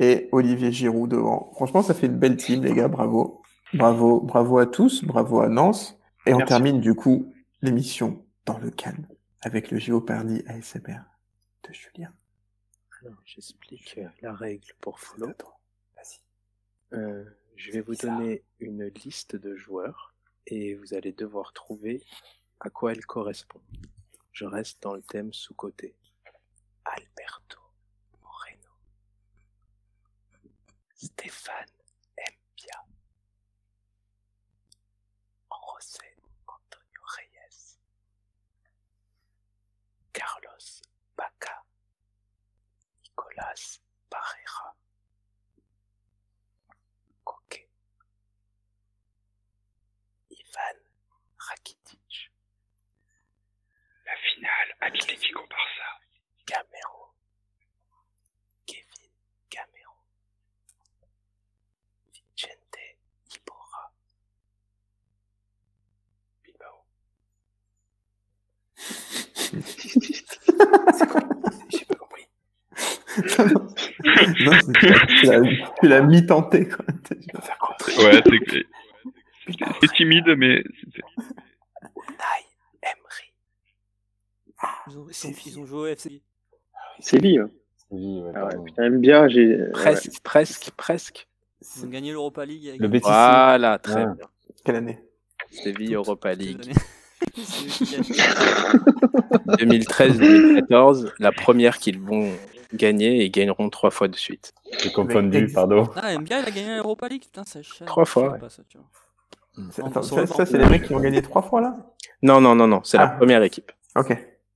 et Olivier Giroud devant. Franchement, ça fait une belle team, les gars. Bravo. Bravo, bravo à tous. Bravo à Nance. Et on
Merci.
termine, du coup, l'émission dans le calme avec le Géopardy ASMR de Julien.
Alors, J'explique euh, la règle pour Flo. Euh, je vais vous donner une liste de joueurs et vous allez devoir trouver à quoi elle correspond. Je reste dans le thème sous-côté. Alberto Moreno. Stéphane Mpia. José Antonio Reyes. Carlos Baca. Nicolas Barrera. Koke. Ivan Rakitic.
La finale, Atlético Barça.
Camero. Kevin Camero. Vicente Iborra. Bilbao. J'ai pas compris.
Non, c'est- tu l'as- tu l'as mi-tenté, quoi.
Faire compris.
Ouais, c'est c'est timide, mais c'est-
Unai Emery.
Ils ont, ils ont- ils ont joué au FC.
C'est lui. hein.
Oui, ouais,
Ah ouais,
Oh.
pardon.
putain, aime bien. J'ai.
Presque, presque, presque.
Ils ont gagné l'Europa League. Avec
Le Betis.
Ah,
Voilà, très
Ouais.
bien.
Quelle année
Séville Europa
toutes les
League. *laughs*
années. *laughs* C'est eux qui gagnent.
2013-2014, la première qu'ils vont gagner et gagneront trois fois de suite.
J'ai confondu, pardon.
Ah, MBA, il a gagné l'Europa League, putain, ça chale.
Trois fois, ouais.
C'est-
On
attends,
s'en
Ça,
va.
ça, c'est les mecs qui ont gagné trois fois, là
Non, non, non, non, c'est la
Ah.
première équipe.
Ok.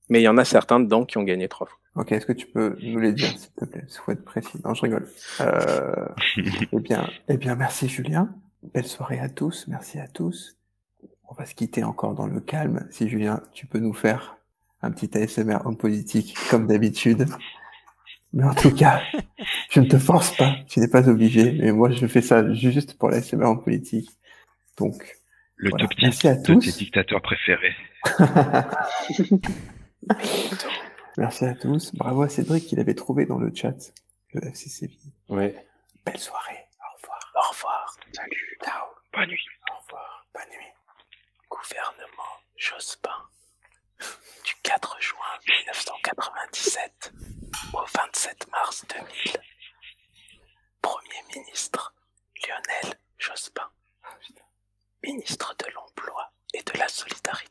Mais il y en a certains dedans qui ont gagné trois fois.
Ok, est-ce que tu peux nous les dire, s'il te plaît? Il faut être précis. Non, je rigole. Euh, eh bien, eh bien, merci Julien. Belle soirée à tous. Merci à tous. On va va se quitter encore dans le calme. Si Julien, tu peux nous faire un petit ASMR homme politique comme d'habitude. Mais en tout cas, je ne te force pas, tu n'es pas obligé. Mais moi, je fais ça juste pour l'ASMR homme politique. Donc,
Le
voilà.
top 10
merci à
de tes
tous.
dictateurs préférés.
Merci à tous. Bravo à Cédric qu'il avait trouvé dans le chat le FC Séville.
Ouais.
Belle soirée. Au revoir. Au revoir. Salut. Ciao.
Bonne nuit.
Au revoir. Bonne nuit.
Gouvernement Jospin. Du 4 juin 1997 au 27 mars 2000. Premier ministre Lionel Jospin. Ministre de l'Emploi et de la Solidarité.
*laughs*